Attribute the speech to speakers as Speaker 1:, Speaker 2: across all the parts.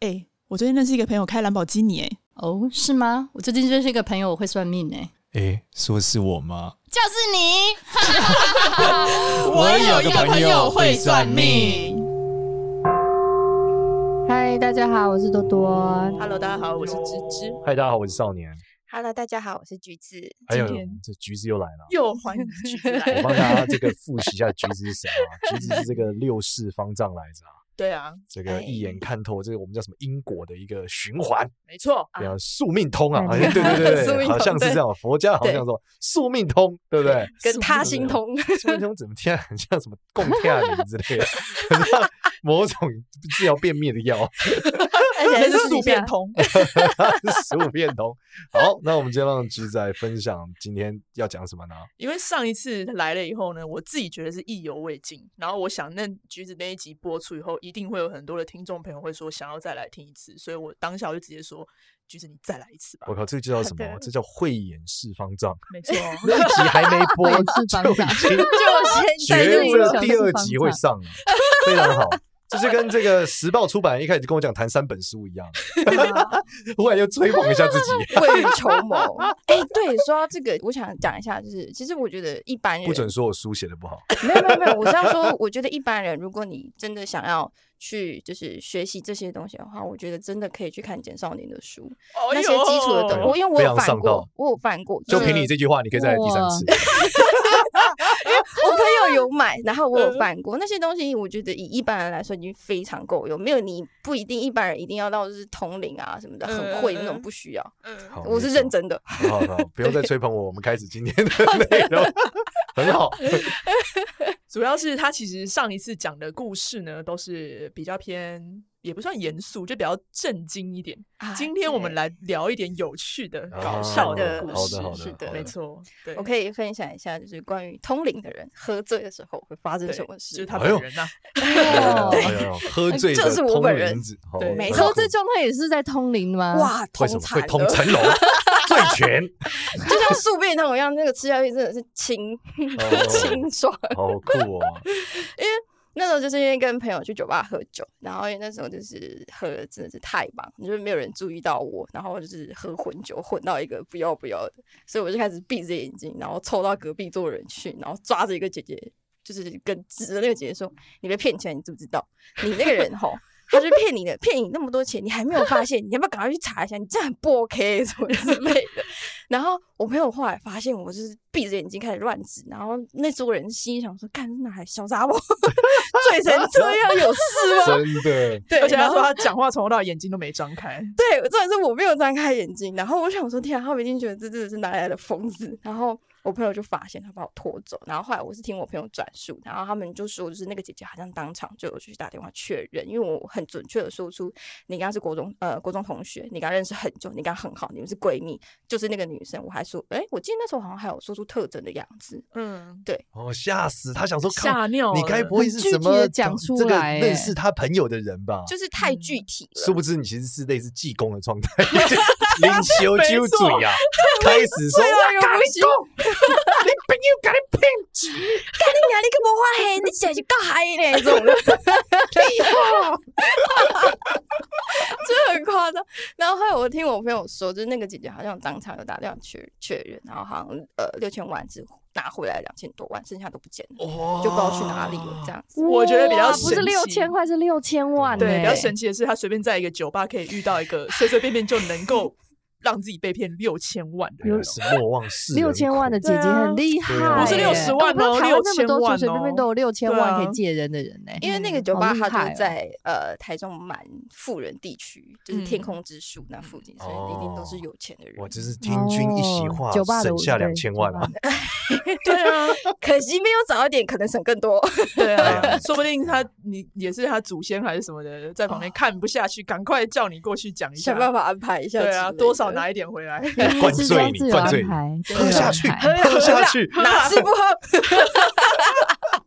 Speaker 1: 哎、我最近认识一个朋友开兰博基尼、哎，
Speaker 2: 哦，是吗？我最近认识一个朋友，我会算命哎、
Speaker 3: 诶，说是我吗？
Speaker 2: 就是你。
Speaker 3: 我有一个朋友会算命。
Speaker 4: 嗨，大家好，我是多多。
Speaker 1: Hello，大家好，我是芝芝，
Speaker 3: 嗨，大家好，我是少年。
Speaker 5: Hello，大家好，我是橘子。
Speaker 3: 还有
Speaker 1: 今天
Speaker 3: 这橘子又来了，
Speaker 1: 又还橘子
Speaker 3: 我
Speaker 1: 来
Speaker 3: 帮
Speaker 1: 了。
Speaker 3: 大家这个复习一下橘子是谁 啊？橘子是这个六世方丈来着啊，
Speaker 1: 对啊，
Speaker 3: 这个一眼看透这个我们叫什么因果的一个循环，
Speaker 1: 没错，
Speaker 3: 比方宿命通啊，
Speaker 4: 嗯
Speaker 3: 好像对对对
Speaker 5: 哎 宿
Speaker 3: 对，
Speaker 5: 命
Speaker 3: 好
Speaker 5: 通
Speaker 3: 像是
Speaker 5: 对
Speaker 3: 这样，佛家好像
Speaker 5: 对
Speaker 3: 说宿命通，对不对？
Speaker 5: 跟他心通，
Speaker 3: 宿命通怎么听起来很像什么共天灵之 类的，很像某种治疗便秘的药。
Speaker 5: 而且
Speaker 1: 那
Speaker 5: 还
Speaker 1: 是
Speaker 5: 私
Speaker 1: 宿
Speaker 5: 底
Speaker 1: 便
Speaker 5: 下。
Speaker 1: 通。
Speaker 3: 十五变通。好，那我们今天让橘子来分享今天要讲什么呢？
Speaker 1: 因为上一次来了以后呢，我自己觉得是意犹未尽，然后我想那橘子那一集播出以后，一定会有很多的听众朋友会说想要再来听一次，所以我当下我就直接说，橘子你再来一次吧
Speaker 3: 我。靠，这个就叫什么
Speaker 5: 对？
Speaker 3: 这叫慧眼识方丈。
Speaker 1: 没错，
Speaker 3: 那一集还 没播，
Speaker 4: 慧眼识方
Speaker 3: 就已
Speaker 4: 丈
Speaker 3: 经觉
Speaker 5: 就现在就已经
Speaker 3: 得
Speaker 4: 想
Speaker 3: 第
Speaker 4: 是
Speaker 3: 二
Speaker 4: 方
Speaker 3: 集会
Speaker 4: 丈
Speaker 3: 上了，非常好。这就跟这个时报出版一开始跟我讲谈三本书一 样，忽然又吹捧一下自己，
Speaker 5: 未雨绸缪。 哎、对，说到这个，我想讲一下，就是其实我觉得一般人
Speaker 3: 不准说我书写的不好。
Speaker 5: 没有没有没有，我是要说，我觉得一般人，如果你真的想要去就是学习这些东西的话，我觉得真的可以去看简少年的书，
Speaker 1: 哦
Speaker 5: 那些基础的
Speaker 3: 哎
Speaker 5: 东
Speaker 3: 呦
Speaker 5: 西。我因为我
Speaker 3: 非
Speaker 5: 有
Speaker 3: 常上
Speaker 5: 翻
Speaker 3: 道
Speaker 5: 过，我有翻过，
Speaker 3: 就
Speaker 5: 就
Speaker 3: 凭
Speaker 5: 是
Speaker 3: 你这句话，你可以再来第三次。
Speaker 5: 我朋友有买，然后我有
Speaker 1: 嗯
Speaker 5: 翻过那些东西，我觉得以一般人来说已经非常够用，没有你不一定一般人一定要到就是同龄啊什么的很会那
Speaker 1: 嗯嗯
Speaker 5: 种，
Speaker 1: 嗯
Speaker 5: 不需要。
Speaker 1: 嗯
Speaker 3: 好
Speaker 5: 我是认。真的，
Speaker 3: 哦没错好好好，不用再吹捧我，我们开始今天的内 容，很好。
Speaker 1: 主要是他其实上一次讲的故事呢，都是比较偏，也不算严肃，就比较震惊一点。
Speaker 5: 啊
Speaker 1: 今天我们
Speaker 5: 对
Speaker 1: 来聊一点有趣的、
Speaker 3: 啊
Speaker 1: 搞笑
Speaker 5: 的
Speaker 1: 故
Speaker 3: 好
Speaker 1: 事。
Speaker 3: 的好的
Speaker 5: 是的
Speaker 3: 好
Speaker 1: 没错，对，
Speaker 5: 我
Speaker 1: 以
Speaker 5: 可以分享一下，就是关于通灵的人喝醉的时候会发生什么
Speaker 1: 就是
Speaker 5: 事。
Speaker 1: 他
Speaker 3: 哎
Speaker 1: 本
Speaker 3: 呦
Speaker 1: 人呐、
Speaker 4: 哦
Speaker 3: 哎呦 喝醉的
Speaker 5: 就是我本人
Speaker 3: 通灵子
Speaker 1: 对
Speaker 3: 哦
Speaker 1: 没
Speaker 5: 错
Speaker 4: 喝醉哎状态也是在通灵吗？，
Speaker 5: 哇，
Speaker 3: 啊为
Speaker 5: 通
Speaker 3: 什么
Speaker 5: 才
Speaker 3: 会通
Speaker 5: 的
Speaker 3: 成 龙醉拳？
Speaker 5: 就像宿便通一样，那个吃下去真的是 清
Speaker 1: 哦
Speaker 5: 清爽。
Speaker 3: 好酷哦！
Speaker 5: 那时候就是因为跟朋友去酒吧喝酒，然后因为那时候就是喝的真的是太忙，就是没有人注意到我，然后我就是喝混酒，混到一个不要不要的，所以我就开始闭着眼睛，然后凑到隔壁桌的人去，然后抓着一个姐姐，就是跟指着那个姐姐说：“你被骗钱，你知不知道？你那个人吼。”他就骗你的，骗你那么多钱，你还没有发现，你要不要赶快去查一下？你这样很不 OK 什么之类的。然后我朋友后来发现我就是闭着眼睛开始乱指，然后那桌人心里想说：“干，那还小杂毛， 醉成这样有事吗
Speaker 3: 真的，？”
Speaker 5: 对，
Speaker 1: 而且他
Speaker 5: 然后
Speaker 1: 说他讲话从头到尾眼睛都没张 开，
Speaker 5: 对，重点是我没有张开眼睛，然后我想说，天啊，他们一定觉得这真的是哪里来的疯子。然后我朋友就发现他把我拖走，然后后来我是听我朋友转述，然后他们就说，就是那个姐姐好像当场就有去打电话确认，因为我很准确的说出你跟她是国中呃国中同学，你跟她认识很久，你跟她很好，你们是闺蜜，就是那个女生。我还说，哎，我记得那时候好像还有说出特征的样子，
Speaker 1: 嗯，
Speaker 3: 哦，吓死他！想说靠，
Speaker 1: 吓尿了。
Speaker 3: 你该不会是什
Speaker 4: 很具体
Speaker 3: 么
Speaker 4: 地讲出
Speaker 3: 这个
Speaker 4: 来
Speaker 3: 类
Speaker 4: 哎
Speaker 3: 似他朋友的人吧？
Speaker 5: 就是太
Speaker 1: 嗯
Speaker 5: 具体了。
Speaker 3: 殊不知你其实是类似济公的 状态，灵修酒醉啊，开始说
Speaker 5: 对啊，又不行，
Speaker 3: 你朋友给你骗钱，
Speaker 5: 干你娘！你干嘛花黑？你姐姐干嗨嘞？这种的， 就很夸张。然后后来我听我朋友说，就是那个姐姐好像当场有打电话确确认，然后好像呃六千万只拿回来两千多万，剩下都不见了，
Speaker 3: 哇
Speaker 5: 就不知道去哪里了这。样子。
Speaker 1: 我觉得比较
Speaker 4: 哇不是
Speaker 1: 神奇
Speaker 4: 六千块，是六千万呢、
Speaker 1: 对，比较神奇的是，他随便在一个酒吧可以遇到一个随随便便就能 够让自己被骗六千万的
Speaker 3: 原
Speaker 1: 人
Speaker 3: 来
Speaker 1: 哦，
Speaker 3: 是莫忘世
Speaker 4: 六千万的姐姐
Speaker 1: 对啊
Speaker 4: 很厉害、
Speaker 3: 对啊
Speaker 4: 欸，
Speaker 3: 不是60
Speaker 1: 万哦
Speaker 4: 不知道台湾那么
Speaker 1: 6000
Speaker 4: 多
Speaker 1: 万哦
Speaker 4: 随随便便都有六千
Speaker 1: 对
Speaker 4: 万
Speaker 1: 啊
Speaker 4: 可以借人的人呢、
Speaker 5: 因为那个
Speaker 4: 嗯
Speaker 5: 酒吧
Speaker 4: 好厉
Speaker 5: 它
Speaker 4: 害
Speaker 5: 就
Speaker 4: 哦
Speaker 5: 在、呃台中蛮富人地区，就是天
Speaker 1: 嗯
Speaker 5: 空之树那附近，所
Speaker 3: 哦
Speaker 5: 以一定都是有钱的
Speaker 1: 哦
Speaker 5: 人。
Speaker 3: 我真 是听君一席话
Speaker 4: 哦，酒吧的
Speaker 3: 省下两千万啊！
Speaker 4: 对酒吧
Speaker 1: 对啊，
Speaker 5: 可惜没有早一点，可能省更 多。
Speaker 1: 对
Speaker 3: 对
Speaker 1: 啊，
Speaker 3: 啊
Speaker 1: 说不定他你也是他祖先还是什么的，在旁边看不下去，赶快叫你过去讲一下，
Speaker 5: 哦想办法安排一下之类
Speaker 1: 对
Speaker 5: 的。
Speaker 1: 啊，多少拿一点回来。
Speaker 4: 应该是这样子有安排，
Speaker 5: 醉你灌醉你
Speaker 3: 喝下去，
Speaker 4: 有安排
Speaker 3: 喝下去，
Speaker 5: 哪 次不喝？啊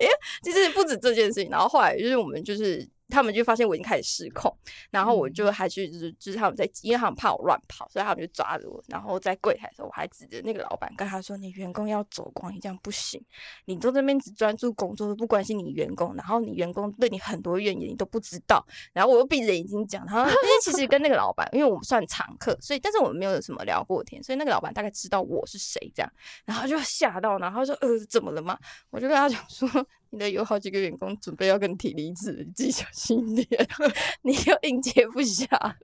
Speaker 5: 因为其实不止这件事情，然后后来就是我们就是。他们就发现我已经开始失控，然后我就还去就是就是他们在，因为他们怕我乱跑，所以他们就抓着我，然后在柜台的时候我还指着那个老板跟他说：“你员工要走光，你这样不行，你都这边只专注工作，都不关心你员工，然后你员工对你很多怨言你都不知道。”然后我又闭着眼睛讲，然后因为 其实跟那个老板，因为我们算常客，所以但是我们没有什么聊过天，所以那个老板大概知道我是谁这样，然后就吓到，然后他说：“呃，怎么了吗？”我就跟他讲说。你的有好几个员工准备要跟你提离职，你自己小心一点， 你又应接不暇了。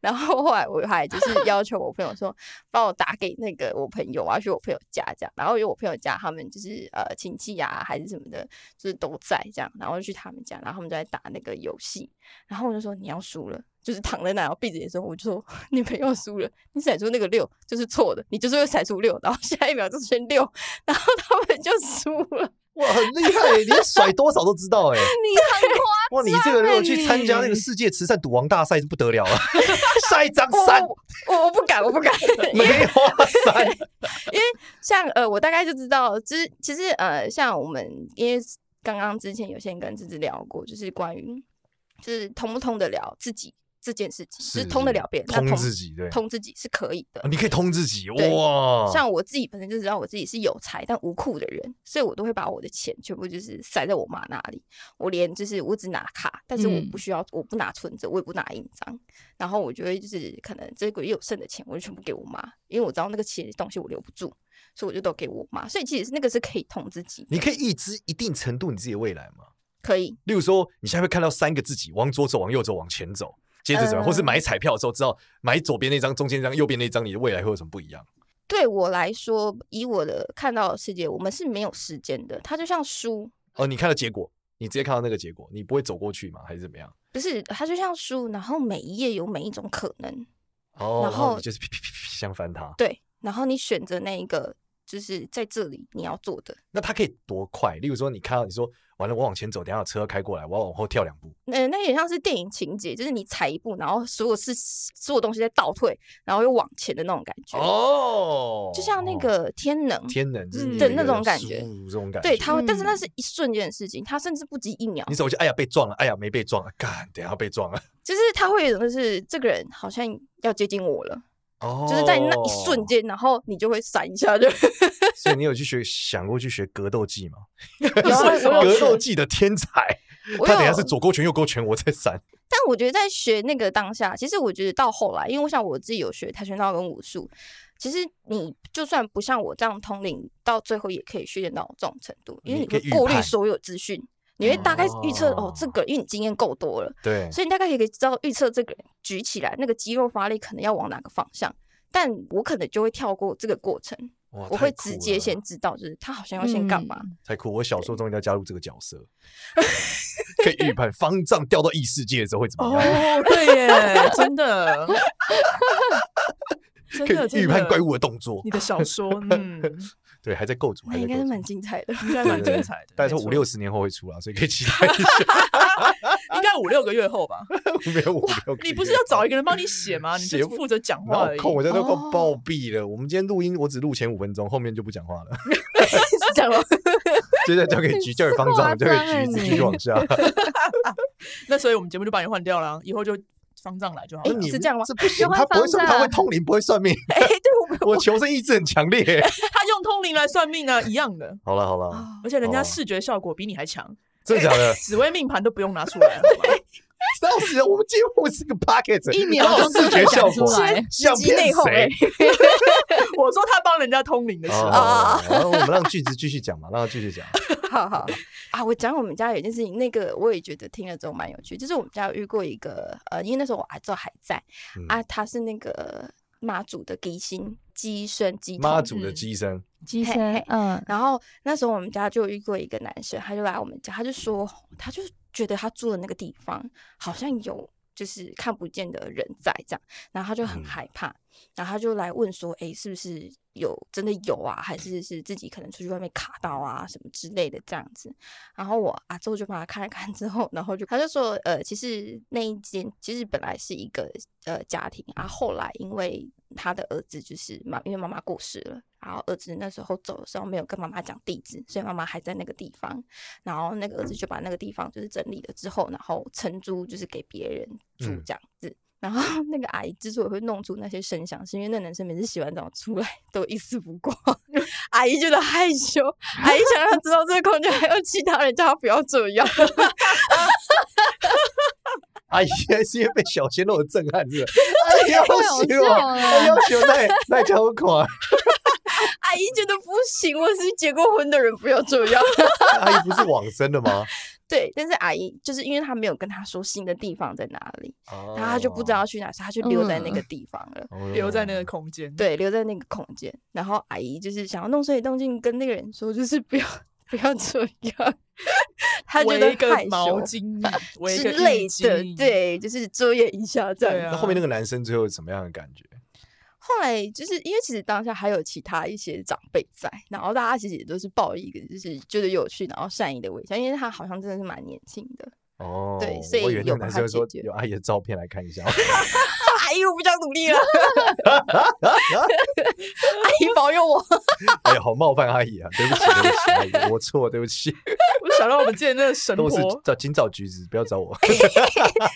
Speaker 5: 然后后来我还就是要求我朋友说，帮我打给那个我朋友，我要去我朋友家这样。然后因为我朋友家他们就是呃亲戚啊还是什么的，就是都在这样，然后就去他们家，然后他们就在打那个游戏。然后我就说你要输了，就是躺在那，然后闭着眼睛，我就说你朋友输了，你甩出那个六就是错的，你就是会甩出六，然后下一秒就出现六，然后他们就输了。
Speaker 3: 哇，很厉害，你连甩多少都知道哎！
Speaker 5: 你很
Speaker 3: 哇，你这个如果去参加那个世界慈善赌王大赛就不得了了，下一张三，
Speaker 5: 我我不敢，我不敢，因为
Speaker 3: 梅花三，
Speaker 5: 因为像呃，我大概就知道，就是其实呃，像我们因为刚刚之前有些人跟芝芝聊过，就是关于就是通不通得了自己这件事情，就是通得了别人，那
Speaker 3: 通自己对，
Speaker 5: 通自己是可以的
Speaker 3: 啊。你可以通自己
Speaker 5: 对
Speaker 3: 哇，
Speaker 5: 像我自己本身就知道我自己是有才但无库的人，所以我都会把我的钱全部就是塞在我妈那里。我连就是我只拿卡，但是我
Speaker 2: 嗯
Speaker 5: 不需要，我不拿存折，我也不拿印章。然后我就会就是可能这个月有剩的钱，我就全部给我妈，因为我知道那个钱东西我留不住，所以我就都给我妈。所以其实那个是可以通自己的，
Speaker 3: 你可以预知一定程度你自己的未来吗？
Speaker 5: 可以
Speaker 3: 例如说，你现在会看到三个自己往左走、往右走、往前走，接着怎么样，
Speaker 5: 呃
Speaker 3: 或是买彩票的时候知道买左边那张、中间那张、右边那张，你的未来会有什么不一样？
Speaker 5: 对我来说，以我的看到的世界，我们是没有时间的。它就像书，
Speaker 3: 哦，你看到结果，你直接看到那个结果，你不会走过去吗？还是怎么样？
Speaker 5: 不是它就像书，然后每一页有每一种可能。
Speaker 3: 哦，
Speaker 5: 然后
Speaker 3: 你就是噼噼噼噼相翻它。
Speaker 5: 对，然后你选择那一个，就是在这里你要做的。
Speaker 3: 那它可以多快？例如说，你看到你说完了，我往前走，等一下有车要开过来，我要往后跳两步。
Speaker 5: 呃，那有点像是电影情节，就是你踩一步，然后所有事所有东西在倒退，然后又往前的那种感觉。，
Speaker 3: 哦，
Speaker 5: 就像那个天能，
Speaker 3: 天能就是
Speaker 2: 嗯
Speaker 3: 你
Speaker 2: 的
Speaker 3: 有一
Speaker 5: 那
Speaker 3: 个
Speaker 5: 种感觉
Speaker 3: 输入这种感觉。
Speaker 5: 对，它会，但是那
Speaker 2: 嗯
Speaker 5: 是一瞬间的事情，它甚至不及一秒
Speaker 3: 你。走过去，哎呀被撞了，哎呀没被撞，干，等一下被撞 了。
Speaker 5: 就是它会有一种，就是这个人好像要接近我了，
Speaker 3: 哦，
Speaker 5: 就是在那一瞬间，然后你就会闪一下就。
Speaker 3: 所以你有去学想过去学格斗技吗？
Speaker 5: 有啊我有
Speaker 3: 格斗
Speaker 5: 学
Speaker 3: 技的天才，
Speaker 5: 我
Speaker 3: 他等一下
Speaker 5: 有
Speaker 3: 是左勾拳右勾拳，我在闪。
Speaker 5: 但我觉得在学那个当下，其实我觉得到后来，因为我想我自己有学跆拳道跟武术，其实你就算不像我这样通灵，到最后也可以训练到这种程度，因为
Speaker 3: 你
Speaker 5: 你
Speaker 3: 可以
Speaker 5: 会
Speaker 3: 预
Speaker 5: 过滤
Speaker 3: 判
Speaker 5: 所有资讯，你会大概预测哦
Speaker 3: 哦
Speaker 5: 这个，因为你经验够多了，
Speaker 3: 对，
Speaker 5: 所以你大概也可以知道预测这个人举起来那个肌肉发力可能要往哪个方向。但我可能就会跳过这个过程，
Speaker 3: 哇
Speaker 5: 我
Speaker 3: 太
Speaker 5: 会
Speaker 3: 酷
Speaker 5: 直接
Speaker 3: 了
Speaker 5: 先知道，就是他好像要先干嘛。
Speaker 4: 嗯
Speaker 3: 太酷！我小说终于要加入这个角色，可以预判方丈掉到异世界的时候会怎么样，
Speaker 1: 哦，对耶，真 的，真的
Speaker 3: 可以
Speaker 1: 真
Speaker 3: 预判
Speaker 1: 的
Speaker 3: 怪物的动作
Speaker 1: 你。的小说， 嗯，
Speaker 3: 对，还在构筑，
Speaker 5: 那
Speaker 3: 还在
Speaker 5: 应该是
Speaker 3: 构
Speaker 5: 蛮
Speaker 3: 筑。
Speaker 5: 精彩的。
Speaker 1: 应该蛮精彩的。
Speaker 3: 大概
Speaker 1: 没
Speaker 3: 说
Speaker 1: 错
Speaker 3: 五六，十年后会出啦，所以可以期待一下。
Speaker 1: 应该五六个月后 吧？
Speaker 3: 没有五六个月，
Speaker 1: 你不是要找一个人帮你写 吗？你
Speaker 3: 写
Speaker 1: 就
Speaker 3: 不
Speaker 1: 负责讲话
Speaker 3: 脑
Speaker 1: 而已。
Speaker 3: 控？我现在都快
Speaker 5: 哦
Speaker 3: 暴毙了。我们今天录音，我只录前五分钟，后面就不讲话了。
Speaker 5: 是这样
Speaker 4: 嗯
Speaker 5: 吗？
Speaker 3: 接着交给橘，交给方丈，
Speaker 4: 夸
Speaker 3: 交给
Speaker 4: 张
Speaker 3: 橘子，
Speaker 4: 了
Speaker 3: 继续
Speaker 4: 你
Speaker 3: 往下。
Speaker 1: 那所以我们节目就把你换掉了啊，以后就方丈来就好
Speaker 5: 哎
Speaker 1: 了。
Speaker 3: 你
Speaker 5: 是这样吗
Speaker 3: 这不行，
Speaker 4: 换
Speaker 3: 他不会
Speaker 4: 方
Speaker 3: 算，他会
Speaker 4: 丈
Speaker 3: 通灵，不会算命。
Speaker 5: 哎、对，我
Speaker 3: 我求生意志很强 烈。
Speaker 1: 他用通灵来算命啊， 一样的，
Speaker 3: 好了好了，
Speaker 5: 啊
Speaker 1: 而且人
Speaker 3: 哦
Speaker 1: 家视觉效果比你还强，
Speaker 3: 真的假的？
Speaker 1: 紫微命盘都不用拿出来，好吧？
Speaker 3: 当时我们节目是个 pocket，
Speaker 4: 一秒钟
Speaker 3: 视
Speaker 4: 就
Speaker 3: 觉
Speaker 4: 讲
Speaker 3: 效
Speaker 4: 出
Speaker 3: 果，
Speaker 4: 来
Speaker 3: 想
Speaker 5: 集
Speaker 3: 骗
Speaker 5: 内讧
Speaker 3: 谁
Speaker 5: 欸？
Speaker 1: 我说他帮人家通灵的时候，
Speaker 3: 哦，然后我们让句子继续讲嘛，让他继续讲。
Speaker 5: 好好 啊，我讲我们家有一件事情，那个我也觉得听了之后蛮有趣，就是我们家有遇过一个呃，因为那时候我阿祖还在、
Speaker 3: 嗯
Speaker 5: 啊，他是那个妈祖的鸡心鸡身鸡头
Speaker 3: 妈祖的机身，
Speaker 4: 机
Speaker 5: 嘿
Speaker 4: 身
Speaker 5: 嘿，
Speaker 4: 嗯，
Speaker 5: 然后那时候我们家就有遇过一个男生，他就来我们家，他就说，他就觉得他住的那个地方好像有就是看不见的人在这样，然后他就很
Speaker 3: 嗯
Speaker 5: 害怕，然后他就来问说，诶，是不是有真的有啊？还是是自己可能出去外面卡到啊什么之类的这样子？然后我阿周就帮他看了看之后，然后就他就说，呃，其实那一间其实本来是一个呃家庭啊，后来因为他的儿子就是妈，因为妈妈过世了，然后儿子那时候走的时候没有跟妈妈讲地址，所以妈妈还在那个地方。然后那个儿子就把那个地方就是整理了之后，然后承租就是给别人住
Speaker 3: 嗯
Speaker 5: 这样子。然后那个阿姨之所以会弄出那些声响，是因为那男生每次洗完澡出来都一丝不挂， 阿姨觉得害羞，阿姨想让他知道这个空间还有其他人，叫他不要这样。
Speaker 3: 阿姨现啊在是因为被小鲜肉的震撼，是吧？哎呦，羞
Speaker 4: 哦
Speaker 3: 啊！哎呦，羞那也那也叫我垮。
Speaker 5: 阿姨觉得不行，我是结过婚的人，不要这样。
Speaker 3: 阿姨不是往生的吗？
Speaker 5: 对，但是阿姨就是因为她没有跟他说新的地方在哪里，
Speaker 3: 啊
Speaker 5: 然后她就不知
Speaker 1: 哦
Speaker 5: 道去哪，所以她就留在那
Speaker 1: 嗯
Speaker 5: 个地方了。
Speaker 3: 哦
Speaker 1: 留在那个空间。，
Speaker 5: 对，留在那个空间。然后阿姨就是想要弄碎动静，跟那个人说，就是不要不要这样，她觉
Speaker 1: 围
Speaker 5: 得
Speaker 1: 一个
Speaker 5: 害
Speaker 1: 毛
Speaker 5: 羞
Speaker 1: 巾，围一
Speaker 5: 之
Speaker 1: 个
Speaker 5: 类
Speaker 1: 浴
Speaker 5: 的，
Speaker 1: 巾，
Speaker 5: 对，就是遮掩一下这样
Speaker 1: 对
Speaker 5: 子
Speaker 1: 啊
Speaker 3: 那后面那个男生最后什么样的感觉？
Speaker 5: 后来就是因为其实当下还有其他一些长辈在，然后大家其实也都是抱一个就是觉得有趣，然后善意的微笑，因为他好像真的是蛮年轻的。
Speaker 3: 哦，
Speaker 5: 对所以
Speaker 3: 我以为那
Speaker 5: 有
Speaker 3: 个男
Speaker 5: 把
Speaker 3: 生
Speaker 5: 它
Speaker 3: 会说
Speaker 5: 解决
Speaker 3: 有阿姨的照片来看一下。
Speaker 5: 阿姨，我不想努力了， 阿姨保 佑我。
Speaker 3: 哎呀，好冒犯阿姨啊！对不起，对不起，阿姨，我错，对不起，
Speaker 1: 我想到我们之前那个神
Speaker 3: 都是
Speaker 1: 婆，
Speaker 3: 找请找橘子，不要找
Speaker 1: 哎
Speaker 3: 我。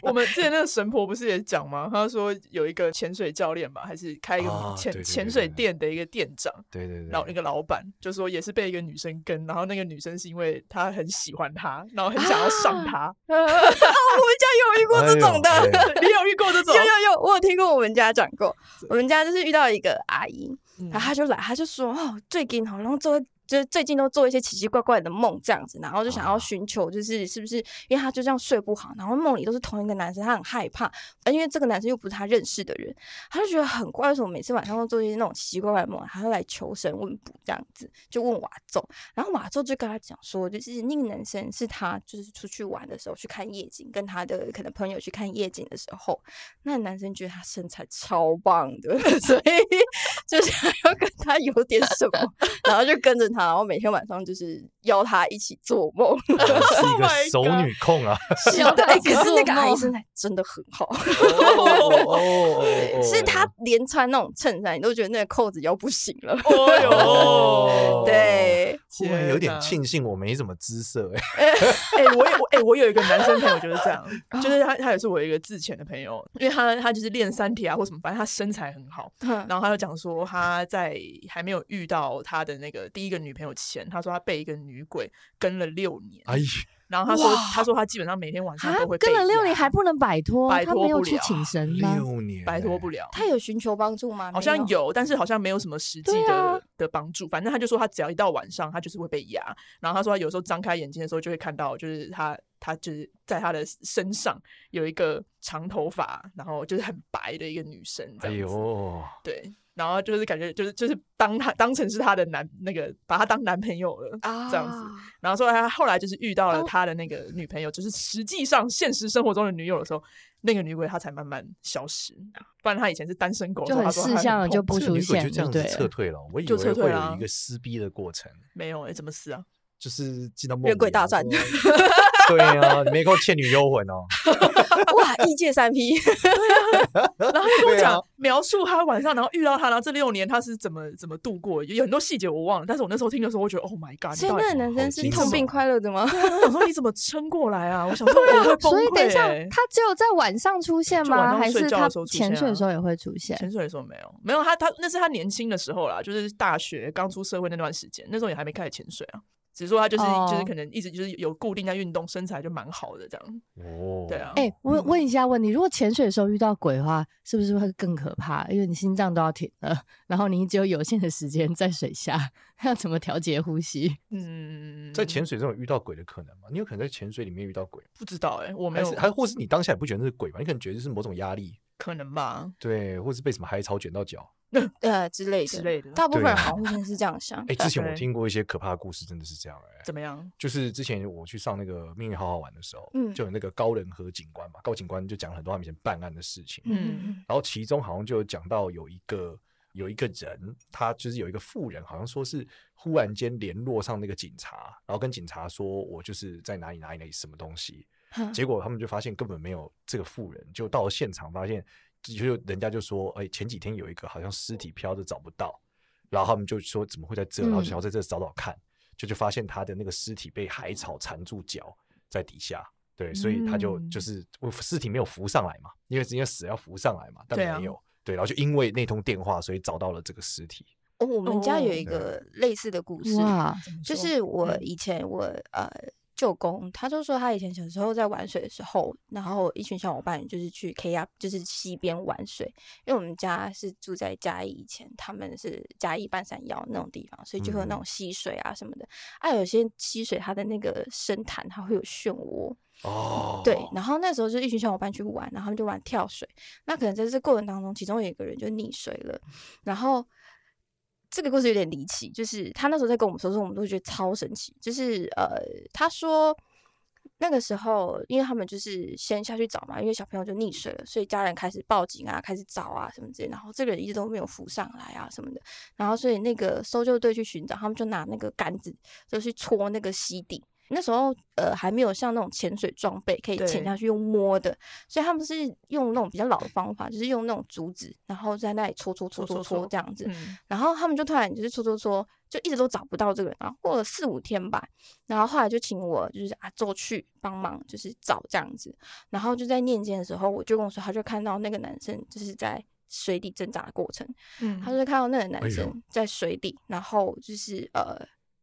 Speaker 1: 我们之前那个神婆不是也讲吗？她说有一个潜水教练吧，还是开一个
Speaker 3: 啊对对
Speaker 1: 潜
Speaker 3: 对
Speaker 1: 潜
Speaker 3: 对
Speaker 1: 水
Speaker 3: 对
Speaker 1: 店的一个店长，
Speaker 3: 对对对，
Speaker 1: 然后一个老板就说也是被一个女生跟，然后那个女生是因为她很喜欢他，然后很想要上他。
Speaker 5: 啊我们家有遇过这种 的。
Speaker 3: 哎呦哎
Speaker 1: 你有遇过这种
Speaker 5: 有？有有，我有听过我们家讲过，我们家就是遇到一个阿姨，
Speaker 1: 嗯
Speaker 5: 然后他就来，他就说哦，最近好像做就是最近都做一些奇奇怪怪的梦这样子，然后就想要
Speaker 3: 啊
Speaker 5: 寻求就是是不是因为他就这样睡不好，然后梦里都是同一个男生，他很害怕，呃因为这个男生又不是他认识的人，他就觉得很怪，为什么每次晚上都做一些那种奇奇怪怪的梦，他就来求神问卜这样子，就问瓦奏，然后瓦奏就跟他讲说，就是那个男生是他就是出去玩的时候去看夜景，跟他的可能朋友去看夜景的时候，那男生觉得他身材超棒的， 所以就想要跟他有点什么，然后就跟着他，然后每天晚上就是邀他一起做梦。
Speaker 3: 是一
Speaker 1: Oh my
Speaker 3: 个熟女控 啊！
Speaker 5: 是的，哎，可是那个阿姨
Speaker 4: 梦
Speaker 5: 身材真的很好，
Speaker 1: 哦
Speaker 3: 哦
Speaker 5: 是她连穿那种衬衫，你都觉得那个扣子要不行了。
Speaker 1: 哦
Speaker 3: 哦
Speaker 1: 哟，
Speaker 5: 对，
Speaker 3: 我也有点
Speaker 1: 气。
Speaker 3: 庆幸我没什么姿色哎。
Speaker 1: 哎、我也我哎、我有一个男生朋友就是这样，
Speaker 5: 哦
Speaker 1: 就是他他也是我一个之前的朋友，因为他他就是练三体啊或什么，反正他身材很好。
Speaker 5: 嗯
Speaker 1: 然后他就讲说，他在还没有遇到他的那个第一个女朋友前，他说他被一个女鬼跟了六年。
Speaker 3: 哎呦，
Speaker 1: 然后他说，他说他基本上每天晚上
Speaker 4: 啊
Speaker 1: 都会，被
Speaker 4: 跟了六
Speaker 1: 压
Speaker 4: 年还不能摆脱，
Speaker 1: 摆
Speaker 4: 他
Speaker 1: 脱
Speaker 4: 没有
Speaker 1: 不
Speaker 4: 去
Speaker 1: 了
Speaker 4: 请神吗？
Speaker 3: 哎六年
Speaker 1: 摆脱不
Speaker 3: 了。
Speaker 1: 了。
Speaker 5: 她有寻求帮助吗？
Speaker 1: 好
Speaker 5: 没
Speaker 1: 像有，但是好像没有什么实际
Speaker 5: 对
Speaker 1: 的、
Speaker 5: 啊
Speaker 1: 的帮助。反正他就说，他只要一到晚上，他就是会被压。然后他说，他有时候张开眼睛的时候，就会看到，就是他他就是在他的身上有一个长头发，然后就是很白的一个女生这
Speaker 3: 哎
Speaker 1: 样子。
Speaker 3: 呦，
Speaker 1: 对，然后就是感觉就是就是当他当成是他的男那个，把他当男朋友了。
Speaker 5: 啊，
Speaker 1: 这样子然后说他后来就是遇到
Speaker 4: 哦
Speaker 1: 了他的那个女朋友，就是实际上现实生活中的女友的时候，那个女鬼她才慢慢消失。不然她以前是单身狗，
Speaker 4: 啊就很
Speaker 1: 她说她
Speaker 4: 识相了就
Speaker 1: 痛
Speaker 4: 不
Speaker 3: 这个
Speaker 4: 出
Speaker 3: 女鬼
Speaker 4: 现
Speaker 3: 就这
Speaker 4: 了，
Speaker 3: 样子
Speaker 4: 对了
Speaker 3: 撤退了，我以
Speaker 1: 就
Speaker 3: 为
Speaker 1: 撤退啊
Speaker 3: 会
Speaker 1: 啦
Speaker 3: 有一个撕逼的过程。
Speaker 1: 没有哎、怎么死啊？
Speaker 3: 就是进到梦
Speaker 5: 越轨
Speaker 3: 里
Speaker 5: 大
Speaker 3: 啊
Speaker 5: 战
Speaker 3: 对啊，你没空倩女幽魂哦。
Speaker 5: 哇，异界三 P，
Speaker 1: 然后他跟我
Speaker 3: 对啊
Speaker 1: 讲、描述他晚上，然后遇到他，然后这六年他是怎么怎么度过，有很多细节我忘了。但是我那时候听的时候，我觉得 Oh my God！
Speaker 5: 所以那个男生是
Speaker 3: 你
Speaker 5: 痛并
Speaker 3: 怎么
Speaker 5: 快乐的吗？
Speaker 1: 我想 说你怎么撑过来啊？我想说我会崩
Speaker 4: 所以
Speaker 1: 溃、
Speaker 4: 等一下
Speaker 1: 欸。，
Speaker 4: 他只有在晚上出现
Speaker 1: 就晚
Speaker 4: 吗？
Speaker 1: 上
Speaker 4: 还
Speaker 1: 睡
Speaker 4: 是
Speaker 1: 觉
Speaker 4: 他
Speaker 1: 的时候出
Speaker 4: 潜
Speaker 1: 现
Speaker 4: 水
Speaker 1: 啊
Speaker 4: 的时候也会出现？
Speaker 1: 潜水的时候没有，没有他他那是他年轻的时候啦，就是大学刚出社会那段时间，那时候也还没开始潜水啊。只是说他就是、就是
Speaker 4: 哦
Speaker 1: 可能一直就是有固定在运动，身材就蛮好的这样。
Speaker 3: 哦，
Speaker 1: 对啊，
Speaker 4: 哎、问问一下，问你，如果潜水的时候遇到鬼的话，是不是会更可怕？因为你心脏都要停了，然后你只有有限的时间在水下，要怎么调节呼吸？
Speaker 1: 嗯，
Speaker 3: 在潜水中有遇到鬼的可能吗？你有可能在潜水里面遇到鬼，
Speaker 1: 不知道哎、我没
Speaker 3: 还
Speaker 1: 有
Speaker 3: 是还或是你当下也不觉得那是鬼吧？你可能觉得就是某种压力，
Speaker 1: 可能吧
Speaker 3: 对，或是被什么海草卷到脚。
Speaker 5: 呃之类的
Speaker 1: 之类的。
Speaker 5: 大部分
Speaker 3: 对
Speaker 5: 人
Speaker 3: 啊
Speaker 5: 好像会先是这样想。
Speaker 3: 哎，之前我
Speaker 1: 对
Speaker 3: 听过一些可怕的故事，真的是这样哎。
Speaker 1: 怎么样？
Speaker 3: 就是之前我去上那个《命运好好玩》的时候，
Speaker 5: 嗯
Speaker 3: 就有那个高仁和警官嘛，高警官就讲了很多他们以前办案的事情，
Speaker 1: 嗯，
Speaker 3: 然后其中好像就有讲到有一个有一个人，他就是有一个富人，好像说是忽然间联络上那个警察，然后跟警察说我就是在哪里哪里哪里什么东西，
Speaker 5: 嗯
Speaker 3: 结果他们就发现根本没有这个富人，就到了现场发现就人家就说，哎、前几天有一个好像尸体飘着找不到，然后他们就说怎么会在这，然
Speaker 5: 嗯
Speaker 3: 后就想要在这找找看，就就发现他的那个尸体被海草缠住脚在底下。对，所以他就
Speaker 1: 嗯
Speaker 3: 就是我尸体没有浮上来嘛，因为因为死要浮上来嘛，但
Speaker 1: 对啊
Speaker 3: 没有。对，然后就因为那通电话，所以找到了这个尸体。
Speaker 5: 哦，我们家有一
Speaker 3: 哦
Speaker 5: 个类似的故事，
Speaker 4: 哇，
Speaker 1: 怎么
Speaker 5: 就
Speaker 1: 说
Speaker 5: 是我
Speaker 1: 嗯
Speaker 5: 以前我呃舅公，他就说他以前小时候在玩水的时候，然后一群小伙伴就是去 K 啊，就是溪边玩水，因为我们家是住在嘉义，以前他们是嘉义半山腰那种地方，所以就会有
Speaker 3: 嗯
Speaker 5: 那种溪水啊什么的。啊，有些溪水它的那个深潭它会有漩涡，
Speaker 3: 哦，
Speaker 5: 对。然后那时候就一群小伙伴去玩，然后他们就玩跳水。那可能在这过程当中，其中有一个人就溺水了，然后。这个故事有点离奇，就是他那时候在跟我们说的时候，我们都觉得超神奇。就是呃，他说那个时候，因为他们就是先下去找嘛，因为小朋友就溺水了，所以家人开始报警啊，开始找啊什么之类。然后这个人一直都没有浮上来啊什么的。然后所以那个搜救队去寻找，他们就拿那个杆子就去戳那个溪底。那时候呃还没有像那种潜水装备可以
Speaker 1: 对
Speaker 5: 潜下去用摸的，所以他们是用那种比较老的方法，就是用那种竹子，然后在那里戳戳戳
Speaker 1: 戳
Speaker 5: 戳
Speaker 1: 戳
Speaker 5: 戳这样子。
Speaker 1: 嗯
Speaker 5: 然后他们就突然就是戳戳戳，就一直都找不到这个人，然后过了四五天吧，然后后来就请我就是阿周去帮忙，就是找这样子。然后就在念经的时候，我就跟我说，他就看到那个男生就是在水底挣扎的过程，
Speaker 1: 嗯
Speaker 5: 他就看到那个
Speaker 3: 哎
Speaker 5: 男
Speaker 3: 呦
Speaker 5: 生在水底，然后就是呃，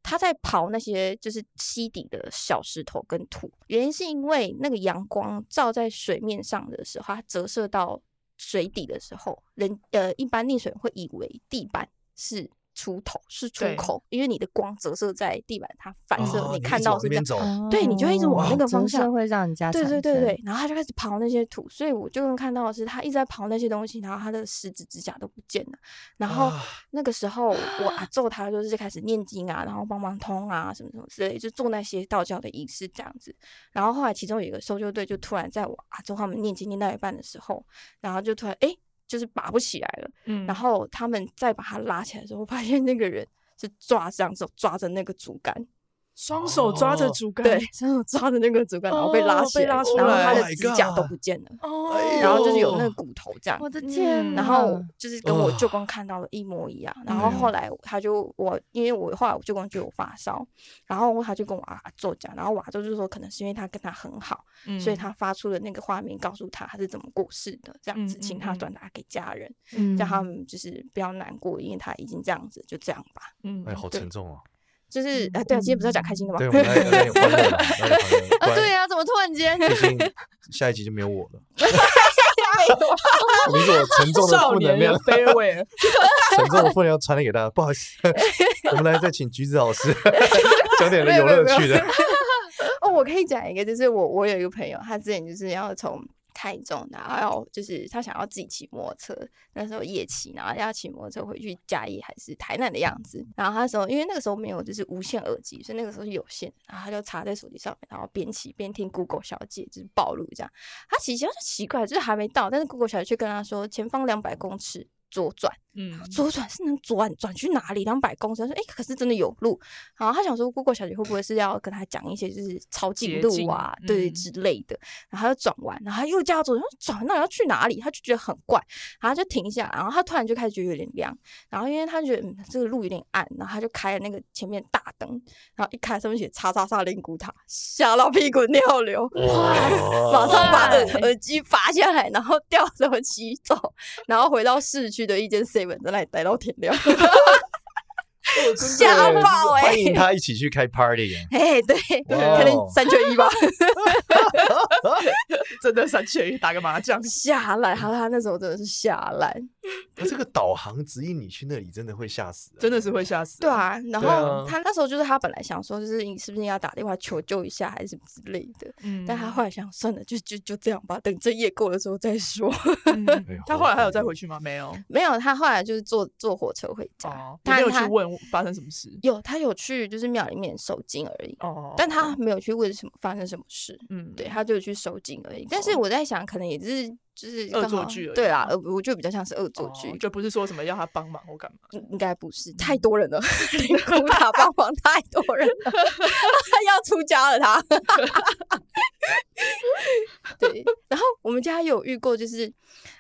Speaker 5: 他在刨那些就是溪底的小石头跟土。原因是因为那个阳光照在水面上的时候，它折射到水底的时候，人呃一般溺水会以为地板是。出头是出
Speaker 1: 对
Speaker 5: 口，因为你的光折射在地板，它反射、
Speaker 3: 哦
Speaker 5: 你
Speaker 3: 一
Speaker 5: 看
Speaker 3: 直
Speaker 5: 到
Speaker 3: 往
Speaker 5: 是
Speaker 3: 那
Speaker 5: 这样嗯
Speaker 3: 边。走，
Speaker 5: 对你就一直往那个方向
Speaker 4: 折射会让人家
Speaker 5: 对对
Speaker 4: 产
Speaker 5: 对
Speaker 4: 生
Speaker 5: 对，然后他就开始刨那些土，所以我就能看到的是他一直在刨那些东西，然后他的食指指甲都不见了。然后
Speaker 3: 啊
Speaker 5: 那个时候我阿揍他就是开始念经啊，然后帮忙通啊什么什么之类，就做那些道教的仪式这样子。然后后来其中有一个搜救队就突然在我阿揍他们念经念到一半的时候，然后就突然哎就是拔不起来了，
Speaker 1: 嗯
Speaker 5: 然后他们再把他拉起来的时候，发现那个人是抓这样子抓着那个竹竿。
Speaker 1: 双手抓着
Speaker 3: 哦
Speaker 1: 竹竿，
Speaker 5: 对，然后抓着那个竹竿，然后被拉
Speaker 1: 哦
Speaker 5: 起
Speaker 1: 被
Speaker 5: 来，
Speaker 1: 拉出
Speaker 5: 然后
Speaker 1: 来
Speaker 5: 他
Speaker 3: Oh
Speaker 5: 的
Speaker 3: my
Speaker 5: 指甲都
Speaker 3: God
Speaker 5: 不见了，
Speaker 1: 哦，
Speaker 3: 哎
Speaker 5: 然后就是有那
Speaker 3: 呦
Speaker 5: 个骨头这样。
Speaker 4: 我的
Speaker 1: 嗯哦
Speaker 4: 天哪，
Speaker 5: 然后就是跟我
Speaker 3: 啊
Speaker 5: 舅公看到的一模一样，然后
Speaker 3: 嗯
Speaker 5: 后来他就我，因为我后来我舅公就有发烧，然后他就跟我阿舅讲，然后我阿舅就说可能是因为他跟他很好，
Speaker 1: 嗯
Speaker 5: 所以他发出了那个画面告诉他他是怎么过世的，这样子，
Speaker 1: 嗯
Speaker 5: 请
Speaker 1: 嗯
Speaker 5: 他
Speaker 1: 嗯
Speaker 5: 转达给家人，
Speaker 4: 嗯
Speaker 5: 叫他们就是不要难过，因为他已经这样子，就这样吧。
Speaker 1: 嗯
Speaker 3: 哎，好
Speaker 5: 对
Speaker 3: 沉重哦。
Speaker 5: 就是啊，对啊，今天不是要讲开心的吗
Speaker 3: 对，？我们来来 点欢乐吧，来点欢乐。
Speaker 4: 啊，
Speaker 3: 不
Speaker 4: 对
Speaker 3: 然
Speaker 4: 啊，怎么突然间？
Speaker 3: 毕竟下一集就没有我了。你是我沉重的
Speaker 1: 少
Speaker 3: 负能
Speaker 1: 年
Speaker 3: 量
Speaker 1: 的，farewell，
Speaker 3: 沉重的负能量传递给大家。不好意思，我们来再请橘子老师 讲点有乐趣的。
Speaker 5: 哦，我可以讲一个，就是我我有一个朋友，他之前就是要从台中，然后要就是他想要自己骑摩托车，那时候夜骑，然后要骑摩托车回去嘉义还是台南的样子。然后他那时候因为那个时候没有就是无线耳机，所以那个时候是有线，然后他就插在手机上面，然后边骑边听 Google 小姐就是暴露这样。他骑骑到就奇怪，就是还没到，但是 Google 小姐却跟他说前方两百公尺左转。
Speaker 1: 嗯，
Speaker 5: 左转是能转转去哪里？两百公尺，他说哎、诶可是真的有路。然后他想说，Google 小姐会不会是要跟他讲一些就是抄近
Speaker 1: 捷
Speaker 5: 路
Speaker 1: 径
Speaker 5: 啊，对
Speaker 1: 嗯
Speaker 5: 之类的？然后他就转弯，然后他又叫他左转，他说转弯到底要去哪里？他就觉得很怪，然后他就停下来，然后他突然就开始觉得有点亮，然后因为他觉得嗯这个路有点暗，然后他就开了那个前面大灯，然后一开上面写叉叉叉灵骨塔，吓到屁滚尿流。马
Speaker 3: 哇
Speaker 5: 上把耳
Speaker 1: 塞
Speaker 5: 耳机拔下来，然后掉头骑走，然后回到市区的一间 seven 在那里待到天 亮。吓爆哎、
Speaker 3: 欢迎他一起去开 party。
Speaker 5: 哎，对，
Speaker 3: 哇哦
Speaker 5: 可能三缺一吧。，
Speaker 1: 真的三缺一打个麻将
Speaker 5: 下来，他他那时候真的是下来，
Speaker 3: 可这个导航指引你去那里，真的会吓死人，啊
Speaker 1: 真的是会吓死。
Speaker 5: 对，啊。然
Speaker 3: 对啊
Speaker 5: 后他那时候就是他本来想说，就是你是不是应该打电话求救一下，还是什么之类的。
Speaker 1: 嗯
Speaker 5: 但他后来想，算了，就就就这样吧，等这夜过了之后再 说。
Speaker 1: 嗯
Speaker 3: 哎呦。
Speaker 1: 他后来还有再回去吗？没有。
Speaker 5: 没有，他后来就是坐坐火车回家。
Speaker 1: 哦，你
Speaker 5: 但
Speaker 1: 没有去
Speaker 5: 他
Speaker 1: 问发生什么事。
Speaker 5: 有他有去就是庙里面守经而已，
Speaker 1: 哦，
Speaker 5: 但他没有去问什么发生什么事。
Speaker 1: 嗯，
Speaker 5: 对，他就去收紧而已。但是我在想，可能也是就是
Speaker 1: 哦恶
Speaker 5: 刚
Speaker 1: 作
Speaker 5: 好
Speaker 1: 剧而已
Speaker 5: 对啦
Speaker 1: 吗，
Speaker 5: 呃我就比较像是恶作
Speaker 1: 哦嗯
Speaker 5: 剧，嗯
Speaker 1: 就不是说什么要他帮忙或干嘛。
Speaker 5: 应应该不是太多人了， 灵骨塔帮忙太多人了， 要出家了他。 对，然后我们家有遇过，就是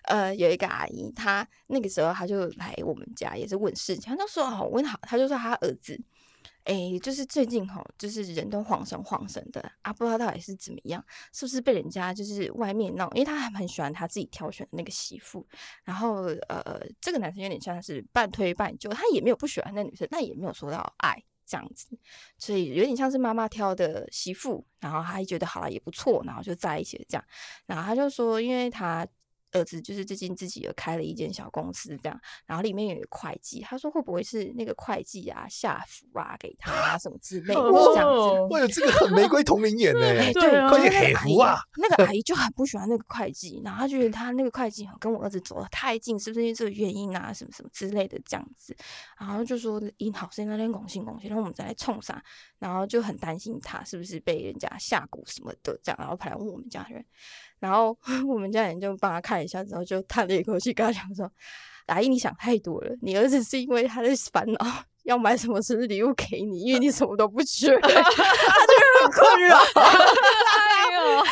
Speaker 5: 呃有一个阿姨，她那个时候她就来我们家也是问事情，她就说好问好，她就说她儿子。哎、就是最近吼，就是人都晃神晃神的啊，不知道到底是怎么样，是不是被人家就是外面弄？因为她还蛮喜欢她自己挑选的那个媳妇，然后呃，这个男生有点像是半推半就，他也没有不喜欢那女生，但也没有说到爱这样子，所以有点像是妈妈挑的媳妇，然后他觉得好了也不错，然后就在一起了这样。然后他就说，因为他儿子就是最近自己有开了一间小公司这样，然后里面有一个会计，他说会不会是那个会计啊下属啊给他啊什么之类的这样子。
Speaker 1: 哦
Speaker 3: 哇，这个很玫瑰同龄眼呢、
Speaker 5: 哎，
Speaker 1: 对啊
Speaker 5: 可是
Speaker 3: 关于
Speaker 5: 那
Speaker 3: 黑
Speaker 5: 个阿
Speaker 3: 胡
Speaker 5: 姨
Speaker 3: 啊，
Speaker 5: 那个阿姨就很不喜欢那个会计，然后她觉得她那个会计跟我儿子走得太近，是不是因为这个原因啊，什么什么之类的这样子，然后就说因好生那边拱心拱心，然后我们再来冲啥，然后就很担心她是不是被人家下蛊什么的这样，然后跑来问我们家人，然后 我们家人就帮他看一下之后，就叹了一口气，跟他讲说：“阿姨，你想太多了，你儿子是因为他在烦恼。”要买什么生日礼物给你？因为你什么都不缺， 他就很困 扰。
Speaker 2: 哎呦，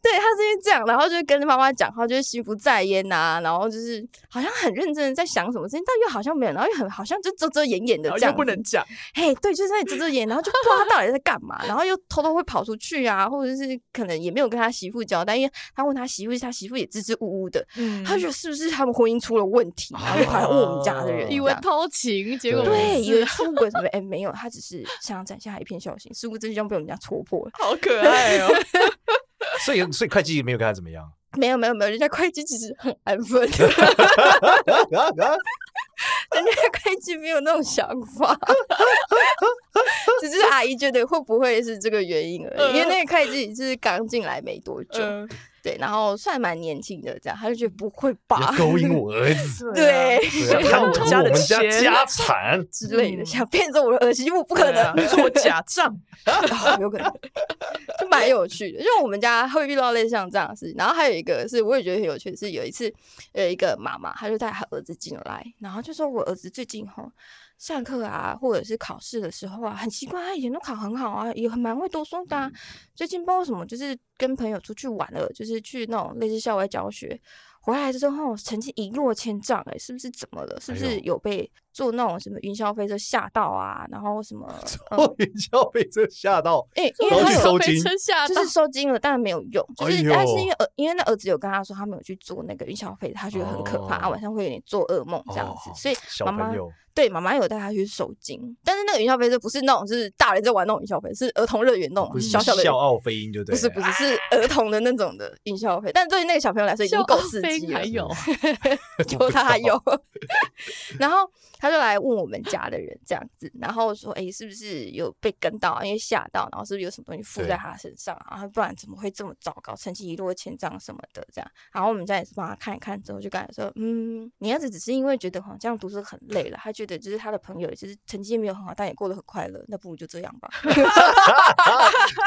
Speaker 5: 对他是因为这样，然后就跟妈妈讲话，就是心不在焉呐、然后就是好像很认真的在想什么事情，但又好像没有，然后又很好像就遮遮掩掩的
Speaker 1: 然后
Speaker 5: 这样
Speaker 1: 又
Speaker 5: 子，
Speaker 1: 不能讲，
Speaker 5: 嘿，对，就是在遮遮掩，然后就不知道他到底在干嘛，然后又偷偷会跑出去啊，或者是可能也没有跟他媳妇交代，因为他问他媳妇，他媳妇也支支吾吾的，
Speaker 1: 嗯
Speaker 5: 他觉得是不是他们婚姻出了问题，然后就跑来问我们家的人，
Speaker 3: 哦
Speaker 2: 以
Speaker 5: 这
Speaker 2: 为
Speaker 5: 样
Speaker 2: 偷情，结果不
Speaker 5: 对，
Speaker 2: 是
Speaker 5: 以为出轨什么，哎，没有，他只是想要展现他一片孝心，殊不知就被我们家戳破了。
Speaker 1: 好可爱 哦。
Speaker 3: 所以所以会计没有跟他怎么样。
Speaker 5: 没有没有没有，人家会计其实很安分。
Speaker 3: 啊
Speaker 5: 人家会计没有那种想法， 只是阿姨觉得会不会是这个原因而已。因为那个会计就是刚进来没多久，
Speaker 1: 嗯，
Speaker 5: 对，然后算蛮年轻的这样，他就觉得不会
Speaker 3: 你
Speaker 5: 吧
Speaker 3: 要勾引我儿 子，
Speaker 1: 啊，
Speaker 5: 对
Speaker 3: 对
Speaker 1: 想
Speaker 3: 啊贪
Speaker 1: 要
Speaker 3: 图
Speaker 1: 家
Speaker 3: 我
Speaker 1: 的
Speaker 3: 们家
Speaker 1: 钱
Speaker 3: 家产。
Speaker 5: 之类的，
Speaker 1: 嗯
Speaker 5: 想骗走我的儿媳妇不可
Speaker 1: 对
Speaker 5: 能
Speaker 1: 啊，说我 假账，
Speaker 5: 哦有可能，就蛮有趣的。因为我们家会遇到类似像这样的事情，然后还有一个是我也觉得很有趣，是有一次有一个妈妈，她就带她儿子进来，然后就说我儿子最近吼上课啊，或者是考试的时候啊，很奇怪，他以前都考很好啊，也很蛮会读书的、
Speaker 3: 嗯
Speaker 5: 啊，最近不知道为什么，就是跟朋友出去玩了，就是去那种类似校外教学。回来之后，成绩一落千丈、欸，哎，是不是怎么了？是不
Speaker 3: 哎
Speaker 5: 是
Speaker 3: 呦
Speaker 5: 有被坐那种什么云霄飞车吓到啊？然后什么？ 嗯
Speaker 3: 我元宵被这吓到，
Speaker 5: 哎、因为
Speaker 3: 然后
Speaker 5: 他
Speaker 3: 去
Speaker 5: 有
Speaker 3: 收
Speaker 2: 被
Speaker 3: 金
Speaker 2: 车吓
Speaker 5: 就
Speaker 2: 到
Speaker 5: 是，收金了，但没有用，就是、
Speaker 3: 哎呦
Speaker 5: 但是因为儿，因为那儿子有跟他说他没有去做那个云霄飞，他觉得很可怕，
Speaker 3: 哦
Speaker 5: 啊晚上会有点做噩梦这样子，
Speaker 3: 哦
Speaker 5: 所以
Speaker 3: 小
Speaker 5: 妈妈
Speaker 3: 朋友
Speaker 5: 对妈妈有带他去收金，但是那个云霄飞车不是那种就是大人在玩那种云霄飞，是儿童乐园那种
Speaker 3: 不是
Speaker 5: 小小的，
Speaker 3: 笑傲飞鹰，就对啊
Speaker 5: 不
Speaker 3: 了，
Speaker 5: 是不是是儿童的那种的云霄飞，但对于那个小朋友来说已经
Speaker 2: 笑
Speaker 5: 够
Speaker 2: 傲
Speaker 5: 刺
Speaker 2: 飞
Speaker 5: 激了
Speaker 2: 还。 有
Speaker 5: 就他有， 然后他就来问我们家的人这样子，然后说，哎、是不是有被跟到啊，因为吓到，然后是不是有什么东西附在
Speaker 3: 对
Speaker 5: 他身上啊，然后不然怎么会这么糟糕，成绩一落千丈什么的这样。然后我们家也是帮他看一看之后，就跟他说，嗯，你儿子只是因为觉得好像读书很累了，他觉得就是他的朋友就是成绩没有很好，但也过得很快乐，那不如就这样吧。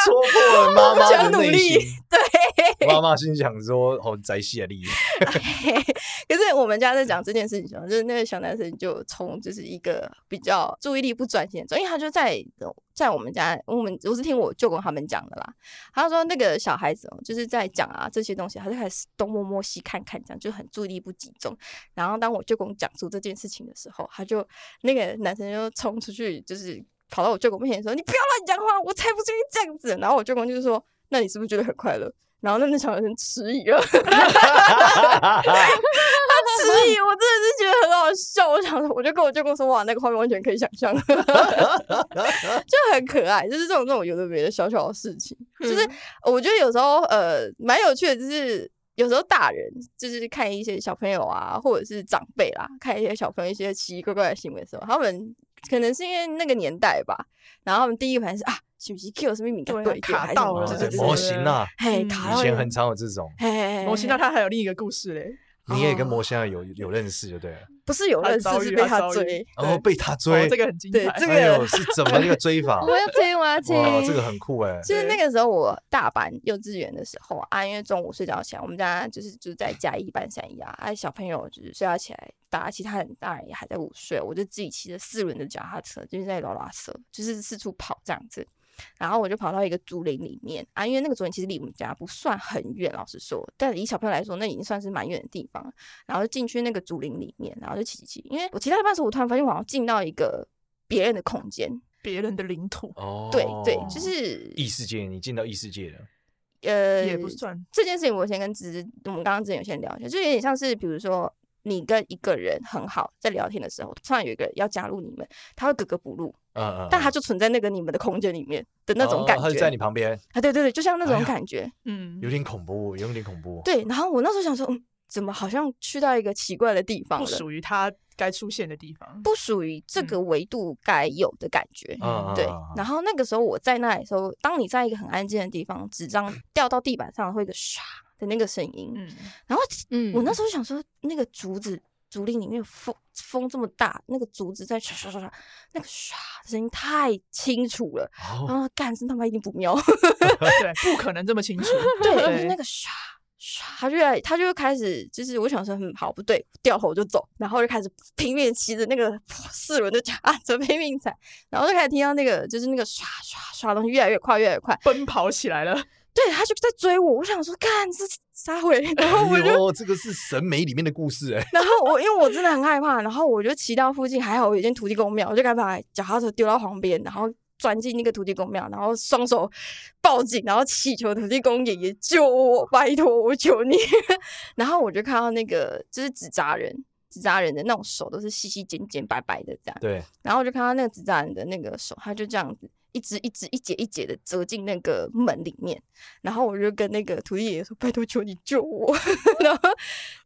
Speaker 3: 戳破了妈 妈的内心
Speaker 5: 我不想努力。
Speaker 3: 对，妈妈心想说：“哦，宅系啊，力，
Speaker 5: 可是我们家在讲这件事情的时候，就是那个小男生就从就是一个比较注意力不专心的状态，因为他就在在我们家，我们我是听我舅公他们讲的啦。他说那个小孩子哦，就是在讲啊这些东西，他就开始东摸摸西看看，这样就很注意力不集中。然后当我舅公讲出这件事情的时候，他就那个男生就冲出去，就是跑到我舅公面前说：“你不要乱讲话，我才不至于这样子。”然后我舅公就说：“那你是不是觉得很快乐？”然后那那小男生迟疑了。迟疑，我真的是觉得很好笑。我想，我就跟我舅公说，哇，那个画面完全可以想象，就很可爱。就是这种这种有的没的小小的事情，就是我觉得有时候呃蛮有趣的，就是有时候大人就是看一些小朋友啊，或者是长辈啦，看一些小朋友一些奇奇怪怪的行为的时候，他们可能是因为那个年代吧，然后他们第一反应是啊，是不是 Q 什么敏感
Speaker 1: 对啊
Speaker 5: 对
Speaker 1: 卡到
Speaker 3: 哦
Speaker 1: 了
Speaker 5: 对
Speaker 3: 这
Speaker 5: 对
Speaker 1: 是
Speaker 5: 对
Speaker 1: 不
Speaker 3: 模
Speaker 1: 是
Speaker 3: 型啊，
Speaker 5: 嘿
Speaker 1: 嗯
Speaker 5: 卡
Speaker 3: 以
Speaker 5: 到
Speaker 3: 前
Speaker 5: 人
Speaker 3: 很常有这种。
Speaker 5: 嘿嘿嘿
Speaker 1: 我听到他还有另一个故事嘞，
Speaker 3: 你也跟魔仙啊有有认识就对了，
Speaker 5: 不是有
Speaker 1: 他的
Speaker 5: 认识
Speaker 1: 遭，
Speaker 5: 是
Speaker 1: 遇
Speaker 5: 被
Speaker 1: 他
Speaker 5: 他
Speaker 1: 遭遇
Speaker 5: 追。
Speaker 3: 然后被他追，
Speaker 1: 哦这个很精
Speaker 5: 对
Speaker 1: 彩。
Speaker 5: 这个
Speaker 3: 哎呦是怎么一个追 法？
Speaker 4: 我要听，我要听。
Speaker 3: 哇，这个很酷哎，
Speaker 5: 就是那个时候我大班幼稚园的时候啊，因为中午睡觉前，我们家就是住在嘉义半山腰，啊，小朋友就是睡觉起来，大家其他人大人也还在午睡，我就自己骑着四轮的脚踏车，就是在拉拉车，就是四处跑这样子。然后我就跑到一个竹林里面啊，因为那个竹林其实离我们家不算很远，老实说，但以小朋友来说，那已经算是蛮远的地方了。然后就进去那个竹林里面，然后就骑骑骑，因为我骑到一半的时候，我突然发现我好像进到一个别人的空间，
Speaker 1: 别人的领土
Speaker 3: 哦，
Speaker 5: 对对，就是
Speaker 3: 异世界，你进到异世界了，
Speaker 5: 呃
Speaker 1: 也不算
Speaker 5: 这件事情，我先跟芝芝，我们刚刚之前有先聊一下，就有点像是比如说你跟一个人很好在聊天的时候，突然有一个人要加入你们，他会格格不入，
Speaker 3: 嗯嗯，
Speaker 5: 但他
Speaker 3: 嗯
Speaker 5: 就存在那个你们的空间里面的那种
Speaker 3: 哦
Speaker 5: 感
Speaker 3: 他就
Speaker 5: 觉。
Speaker 3: 在你旁边，
Speaker 5: 啊，对对对，就像那
Speaker 3: 哎
Speaker 5: 种
Speaker 3: 呀
Speaker 5: 感觉。
Speaker 1: 嗯，
Speaker 3: 有点恐怖，有点恐怖，
Speaker 5: 对，然后我那时候想说，嗯，怎么好像去到一个奇怪的地方
Speaker 1: 不
Speaker 5: 了？
Speaker 1: 属于他该出现的地方。
Speaker 5: 不属于这
Speaker 1: 嗯
Speaker 5: 个维度该有的感觉。
Speaker 3: 嗯，嗯
Speaker 5: 对
Speaker 3: 嗯，
Speaker 5: 然后那个时候我在那里的时候，当你在一个很安静的地方，纸张掉到地板上会有一个唰的那个声音，
Speaker 1: 嗯，
Speaker 5: 然后
Speaker 2: 嗯
Speaker 5: 我那时候想说，那个竹子竹林里面有风风这么大，那个竹子在唰唰唰唰，那个唰的声音太清楚了，
Speaker 3: 哦
Speaker 5: 然后干真他妈一定不妙。
Speaker 1: 对，不可能这么清楚。
Speaker 5: 对，就是那个唰唰，他就在他就会开始，就是我想说，嗯，好不对，掉头就走，然后就开始拼命骑着那个 四轮的脚踏车拼命踩，然后就开始听到那个就是那个唰唰唰的东西越来越快，越来越快，
Speaker 1: 奔跑起来了，
Speaker 5: 对，他就在追我，我想说，干这撒回， 然后我就
Speaker 3: 哎呦， 这个是审美里面的故事哎，
Speaker 5: 然后我因为我真的很害怕，然后我就骑到附近，还好有一间土地公庙，我就赶紧把脚踏车丢到旁边，然后钻进那个土地公庙，然后双手抱紧，然后祈求土地公爷爷救我，拜托我求你。 然后我就看到那个就是纸扎人。纸扎人的那种手都是细细尖尖白白的这样，
Speaker 3: 对，
Speaker 5: 然后我就看到那个纸扎人的那个手，他就这样子一只一只一节一节的折进那个门里面，然后我就跟那个土地爷爷说：“拜托，求你救我！” 然后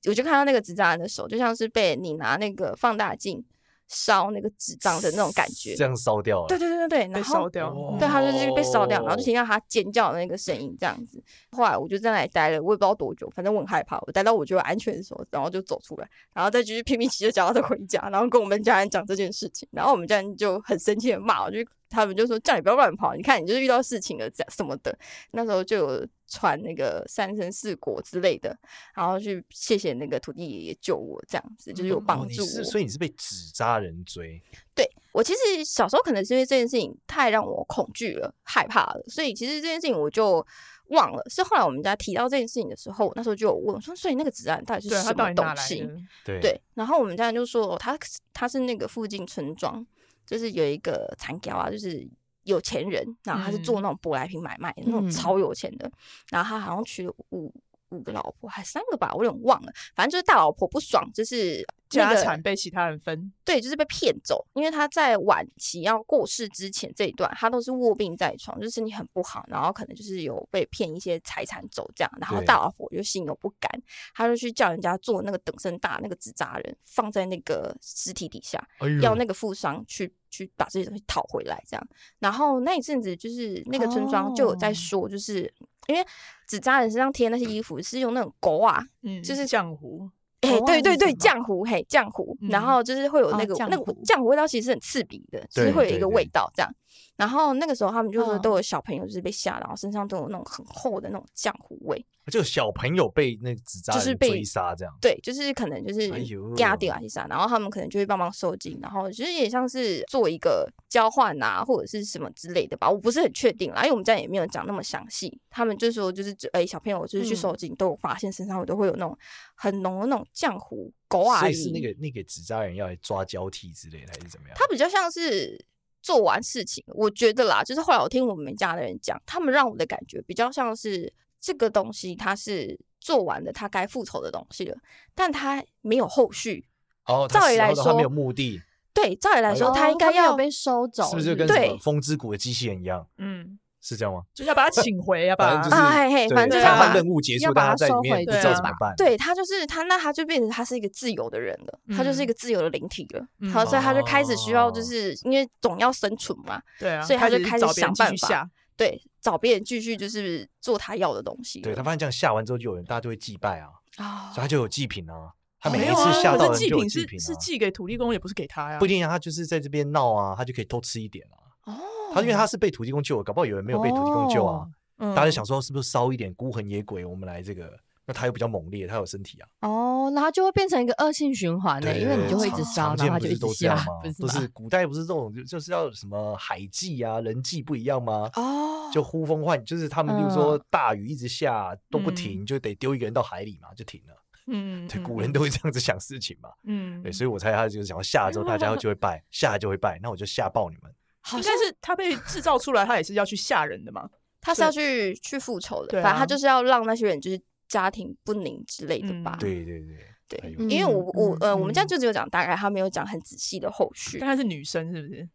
Speaker 5: 我就看到那个纸扎人的手，就像是被你拿那个放大镜烧那个纸张的那种感觉
Speaker 3: 这。样烧掉了，
Speaker 5: 对对对对对，
Speaker 1: 被
Speaker 5: 然
Speaker 1: 烧
Speaker 5: 后
Speaker 1: 掉。
Speaker 3: 哇
Speaker 5: 对，他就是被烧掉，然后就
Speaker 3: 哦
Speaker 5: 听到他尖叫的那个声音，这样子。后来我就在那里待了，我也不知道多久，反正我很害怕。我待到我觉得安全的时候，然后就走出来，然后再继续拼命骑着脚踏车回家，然后跟我们家人讲这件事情。然后我们家人就很生气的骂我，就他们就说叫你不要乱跑，你看你就是遇到事情了，这样什么的。那时候就有传那个三生四果之类的，然后去谢谢那个土地爷爷救我，这样子就是有帮
Speaker 3: 哦你
Speaker 5: 助我。
Speaker 3: 是所以你是被纸扎人追，
Speaker 5: 对我其实小时候可能是因为这件事情太让我恐惧了、害怕了，所以其实这件事情我就忘了。是后来我们家提到这件事情的时候，我那时候就有问我说：“所以那个子弹到底是
Speaker 1: 对他
Speaker 5: 什
Speaker 1: 到
Speaker 5: 么
Speaker 1: 底哪
Speaker 5: 东
Speaker 1: 来
Speaker 5: 西
Speaker 1: 的？”
Speaker 3: 对
Speaker 5: 对，然后我们家人就说：“哦，他他是那个附近村庄，就是有一个残雕啊，就是。”有钱人，然后他是做
Speaker 1: 嗯
Speaker 5: 那种舶来品买卖，那种
Speaker 4: 嗯
Speaker 5: 超有钱的。然后他好像娶了五五个老婆，还三个吧，我有点忘了。反正就是大老婆不爽，就是那
Speaker 1: 家
Speaker 5: 个
Speaker 1: 产被其他人分，
Speaker 5: 对，就是被骗走，因为他在晚期要过世之前这一段，他都是卧病在床，就是身体很不好，然后可能就是有被骗一些财产走这样，然后
Speaker 3: 对
Speaker 5: 大老婆就心有不甘，他就去叫人家做那个等身大那个纸扎人，放在那个尸体底下，
Speaker 3: 哎呦
Speaker 5: 要那个富商去去把这些东西讨回来，这样。然后那一阵子就是那个村庄就有在
Speaker 4: 哦
Speaker 5: 说，就是、因为纸扎人身上贴那些衣服是用那种狗啊，
Speaker 1: 嗯，
Speaker 5: 就是
Speaker 1: 浆糊，
Speaker 5: 哎、
Speaker 4: 哦
Speaker 5: 对
Speaker 4: 是
Speaker 5: 对
Speaker 4: 什
Speaker 5: 对，
Speaker 4: 么
Speaker 5: 浆糊，嘿，浆糊，
Speaker 1: 嗯
Speaker 5: 然后就是会有
Speaker 4: 哦
Speaker 5: 那个、
Speaker 4: 浆
Speaker 5: 那个
Speaker 4: 糊
Speaker 5: 浆糊味道，其实是很刺鼻的，就是
Speaker 3: 对
Speaker 5: 会有
Speaker 3: 对
Speaker 5: 一个
Speaker 3: 对
Speaker 5: 味道这样。然后那个时候他们就说，都
Speaker 4: 嗯
Speaker 5: 有小朋友就是被吓，然后身上都有那种很厚的那种浆糊味，
Speaker 3: 就小朋友被那个纸扎
Speaker 5: 就是
Speaker 3: 人
Speaker 5: 被
Speaker 3: 追杀这样，
Speaker 5: 对，就是可能就是
Speaker 3: 哎呦
Speaker 5: 压掉啊些啥，然后他们可能就会帮忙收紧，然后其实也像是做一个交换啊，或者是什么之类的吧，我不是很确定啦，因为我们家也没有讲那么详细。他们就说就是哎、小朋友
Speaker 3: 嗯
Speaker 5: 就是去收紧，都有发现身上都会有那种很浓的那种浆糊狗啊
Speaker 3: 所
Speaker 5: 鱼，
Speaker 3: 以是那个那个纸扎人要来抓交替之类的还是怎么样？
Speaker 5: 他比较像是做完事情，我觉得啦，就是后来我听我们家的人讲，他们让我的感觉比较像是这个东西它是做完了，他该复仇的东西了，但他没有后续。
Speaker 3: 哦，他
Speaker 5: 照理
Speaker 3: 死后
Speaker 5: 来
Speaker 3: 的
Speaker 5: 说
Speaker 3: 话没有目的，
Speaker 5: 对，照理来说，
Speaker 4: 哦
Speaker 5: 他应该
Speaker 4: 没有
Speaker 5: 要
Speaker 4: 被收走，
Speaker 3: 是不是就跟
Speaker 5: 对
Speaker 3: 什么风之谷的机器人一样？
Speaker 1: 嗯，
Speaker 3: 是这样吗？
Speaker 1: 就是要把它请回，要把
Speaker 3: 反正就是
Speaker 5: 啊嘿嘿
Speaker 3: 对
Speaker 5: 反
Speaker 1: 就
Speaker 5: 正
Speaker 1: 是
Speaker 3: 他
Speaker 1: 要把
Speaker 3: 他任务结束，
Speaker 4: 要把
Speaker 3: 但他
Speaker 4: 它
Speaker 3: 在里
Speaker 4: 收
Speaker 3: 面
Speaker 4: 回
Speaker 3: 不
Speaker 1: 去
Speaker 3: 知道
Speaker 1: 对
Speaker 3: 怎么
Speaker 4: 吧
Speaker 3: 办。
Speaker 5: 啊对他就是他，那他就变成他是一个自由的人了，他就是
Speaker 1: 嗯
Speaker 5: 一个自由的灵体了。好，
Speaker 1: 嗯
Speaker 5: 所以他就开始需要，就
Speaker 3: 哦
Speaker 5: 是因为总要生存嘛，
Speaker 1: 对啊，
Speaker 5: 所以他就开始
Speaker 1: 找别人
Speaker 5: 想
Speaker 1: 继续
Speaker 5: 办法
Speaker 1: 下，
Speaker 5: 对，找别人继续就是做他要的东西了。
Speaker 3: 对他发现这样下完之后，就有人大家就会祭拜啊，
Speaker 5: 啊
Speaker 3: 所以他就有祭品啊。他
Speaker 5: 哦
Speaker 3: 每
Speaker 1: 没
Speaker 3: 一
Speaker 1: 有
Speaker 3: 次
Speaker 1: 啊
Speaker 3: 吓
Speaker 1: 可
Speaker 3: 到
Speaker 1: 是
Speaker 3: 人
Speaker 1: 祭
Speaker 3: 就有
Speaker 1: 品
Speaker 3: 祭
Speaker 1: 是
Speaker 3: 品啊
Speaker 1: 是，寄给土地公，也不是给他呀。
Speaker 3: 不一定啊，他就是在这边闹啊，他就可以偷吃一点啊。
Speaker 5: 哦
Speaker 3: 他因为他是被土地公救的，搞不好有人没有被土地公救啊
Speaker 4: 哦。
Speaker 1: 嗯
Speaker 3: 大家就想说是不是烧一点孤魂野鬼，我们来这个，那他又比较猛烈，他有身体啊。
Speaker 4: 哦，那它就会变成一个恶性循环呢，
Speaker 3: 对，
Speaker 4: 因为你就会一
Speaker 3: 常
Speaker 4: 直烧，
Speaker 3: 常
Speaker 4: 然
Speaker 3: 见
Speaker 4: 后它
Speaker 3: 不
Speaker 4: 就是一直
Speaker 3: 都这
Speaker 4: 下
Speaker 3: 样吗，？
Speaker 4: 不是
Speaker 3: 都
Speaker 4: 吗？
Speaker 3: 是古代不是这种，就就是要什么海祭啊、人祭不一样吗？
Speaker 5: 哦
Speaker 3: 就呼风唤，就是他们就是说
Speaker 4: 嗯
Speaker 3: 大雨一直下都不
Speaker 1: 嗯
Speaker 3: 停，就得丢一个人到海里嘛，就停了。
Speaker 1: 嗯，
Speaker 3: 对，
Speaker 1: 嗯
Speaker 3: 古人都会这样子想事情嘛。
Speaker 1: 嗯，
Speaker 3: 对，所以我猜他就是想要下之后，大
Speaker 4: 嗯
Speaker 3: 家就会拜，下就会拜，那我就吓爆你们。
Speaker 1: 以应该是他被制造出来，他也是要去吓人的嘛。
Speaker 5: 他是要去去复仇的，
Speaker 1: 对
Speaker 5: 反正
Speaker 1: 啊
Speaker 5: 他就是要让那些人就是家庭不宁之类的吧
Speaker 1: 嗯。
Speaker 3: 对对对，
Speaker 5: 对
Speaker 3: 哎呦
Speaker 5: 因为我我
Speaker 4: 嗯
Speaker 5: 呃，我们家
Speaker 4: 嗯
Speaker 5: 就只有讲大概，他没有讲很仔细的后续
Speaker 1: 但。他是女生是不是？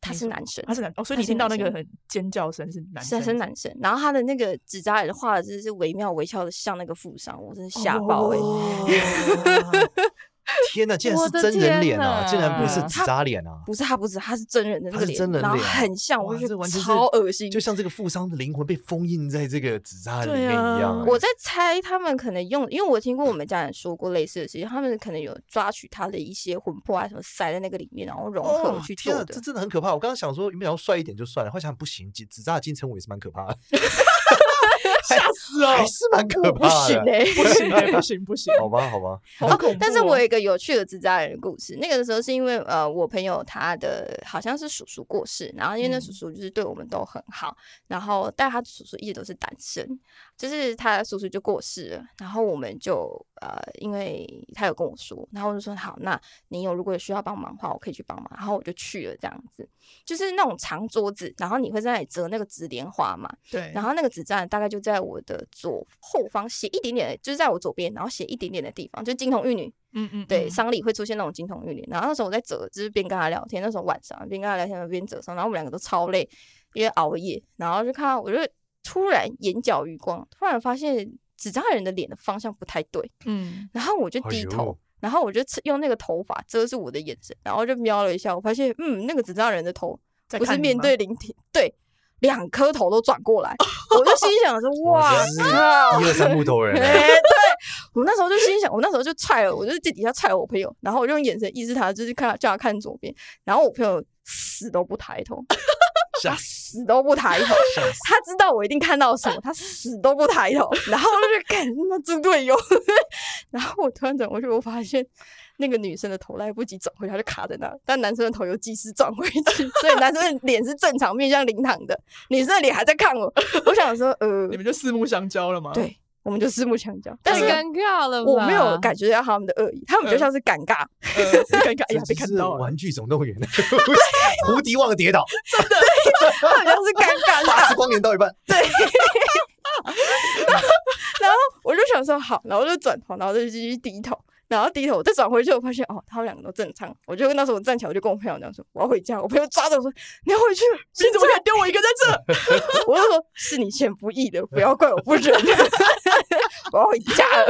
Speaker 5: 他
Speaker 1: 你
Speaker 5: 是
Speaker 1: 说
Speaker 5: 男生，
Speaker 1: 啊他是男哦，所以
Speaker 5: 他
Speaker 1: 你
Speaker 5: 是
Speaker 1: 听到那个
Speaker 5: 男生
Speaker 1: 很尖叫声是男
Speaker 5: 是
Speaker 1: 生，
Speaker 5: 他是男生，然后他的那个指甲也画的真是惟妙惟肖的，像那个富商，我真是吓爆哎、
Speaker 1: 欸！
Speaker 3: 天哪，竟然
Speaker 4: 我
Speaker 3: 是
Speaker 4: 的
Speaker 3: 真人
Speaker 4: 天
Speaker 3: 脸啊，
Speaker 4: 哪
Speaker 3: 竟然不是纸扎脸啊！
Speaker 5: 不是他，不是他是真人的那
Speaker 3: 他
Speaker 5: 个
Speaker 3: 是
Speaker 5: 脸，
Speaker 3: 真人
Speaker 5: 然后
Speaker 3: 脸啊
Speaker 5: 很像，我
Speaker 3: 哇
Speaker 5: 就
Speaker 3: 这
Speaker 5: 觉
Speaker 3: 完
Speaker 5: 得
Speaker 3: 全是
Speaker 5: 超恶心。
Speaker 3: 就像这个富商的灵魂被封印在这个纸扎里
Speaker 1: 对
Speaker 3: 面一样
Speaker 1: 啊
Speaker 3: 哎。
Speaker 5: 我在猜他们可能用，因为我听过我们家人说过类似的事情，他们可能有抓取他的一些魂魄啊什么塞在那个里面，然后融合
Speaker 3: 哦
Speaker 5: 去
Speaker 3: 天
Speaker 5: 做
Speaker 3: 啊，
Speaker 5: 的。
Speaker 3: 这真的很可怕。我刚刚想说，原本要帅一点就算了，后来想不行，纸纸扎的金城武也是蛮可 怕的，
Speaker 1: 吓死哦
Speaker 3: 还！是蛮可
Speaker 5: 我不
Speaker 3: 怕
Speaker 5: 行
Speaker 3: 的。
Speaker 5: 哎、
Speaker 1: 不 行欸，不行，不行！
Speaker 3: 好吧，好吧，
Speaker 1: 好恐怖哦
Speaker 5: 但是我有一个有趣的自家人的故事，那个的时候是因为呃，我朋友他的好像是叔叔过世，然后因为那
Speaker 1: 嗯
Speaker 5: 叔叔就是对我们都很好，然后但他叔叔一直都是单身，就是他叔叔就过世了，然后我们就呃，因为他有跟我说，然后我就说好，那你有如果有需要帮忙的话，我可以去帮忙，然后我就去了这样子，就是那种长桌子，然后你会在那里折那个紫莲花嘛，
Speaker 1: 对，
Speaker 5: 然后那个纸站大概就在我的左后方斜一点点的，就是在我左边，然后斜一点点的地方，就是金童玉女。
Speaker 1: 嗯嗯，
Speaker 5: 对，
Speaker 1: 嗯
Speaker 5: 丧礼会出现那种金童玉女。然后那时候我在折，就是边跟他聊天，那时候晚上边跟他聊天边折上，然后我们两个都超累，因为熬夜。然后就看到我就突然眼角余光，突然发现纸扎人的脸的方向不太对，
Speaker 1: 嗯，
Speaker 5: 然后我就
Speaker 3: 哎
Speaker 5: 低头。
Speaker 3: 呦
Speaker 5: 然后我就用那个头发遮住我的眼神，然后就瞄了一下，我发现，嗯，那个纸扎人的头
Speaker 1: 在
Speaker 5: 不是
Speaker 1: 看你
Speaker 5: 面
Speaker 1: 吗
Speaker 5: 对灵体，对，两颗头都转过来，我就心想说，哇
Speaker 3: 哇，真是
Speaker 5: 靠！
Speaker 3: 一二三木头
Speaker 5: 哎、
Speaker 3: 人啊。
Speaker 5: 对我那时候就心想，我那时候就踹了，我就在底下踹了我朋友，然后我就用眼神抑制他，就是看他叫他看左边，然后我朋友死都不抬头，
Speaker 3: 吓
Speaker 5: 死都不抬头，他知道我一定看到什么，他死都不抬头，然后我就感那猪队友， 然后我突然转过去，我发现那个女生的头来不及转回去，她就卡在那儿，但男生的头又及时转回去， 所以男生的脸是正常面向灵堂的，女生的脸还在看我， 我想说，呃
Speaker 1: 你，们就四目相交了吗？，
Speaker 5: 对，我们就四目相交，但
Speaker 2: 太
Speaker 5: 是。
Speaker 2: 尴尬了吧，
Speaker 5: 我没有感觉到他们的恶意，他们就像是尴尬，
Speaker 1: 呃，尴尬，哎
Speaker 3: 这
Speaker 1: 呀，被
Speaker 3: 只
Speaker 1: 看
Speaker 3: 是
Speaker 1: 到了，
Speaker 3: 玩具总动员》啊 胡迪忘了跌 倒，
Speaker 5: 他们就是尴 尬。然
Speaker 3: 八
Speaker 5: 后
Speaker 3: 十光年到一半，
Speaker 5: 我就想说好，然后就转头，然后就继续低头，然后低头我再转回去，我发现哦，他们两个都正常。我就那时候我站起来，我就跟我朋友讲说我要回家，我朋友抓着我说你要回去，
Speaker 1: 你
Speaker 5: 现
Speaker 1: 怎么
Speaker 5: 在
Speaker 1: 敢丢我一个在这？
Speaker 5: 我就说是你先不义的，不要怪我不仁， 我要回家了。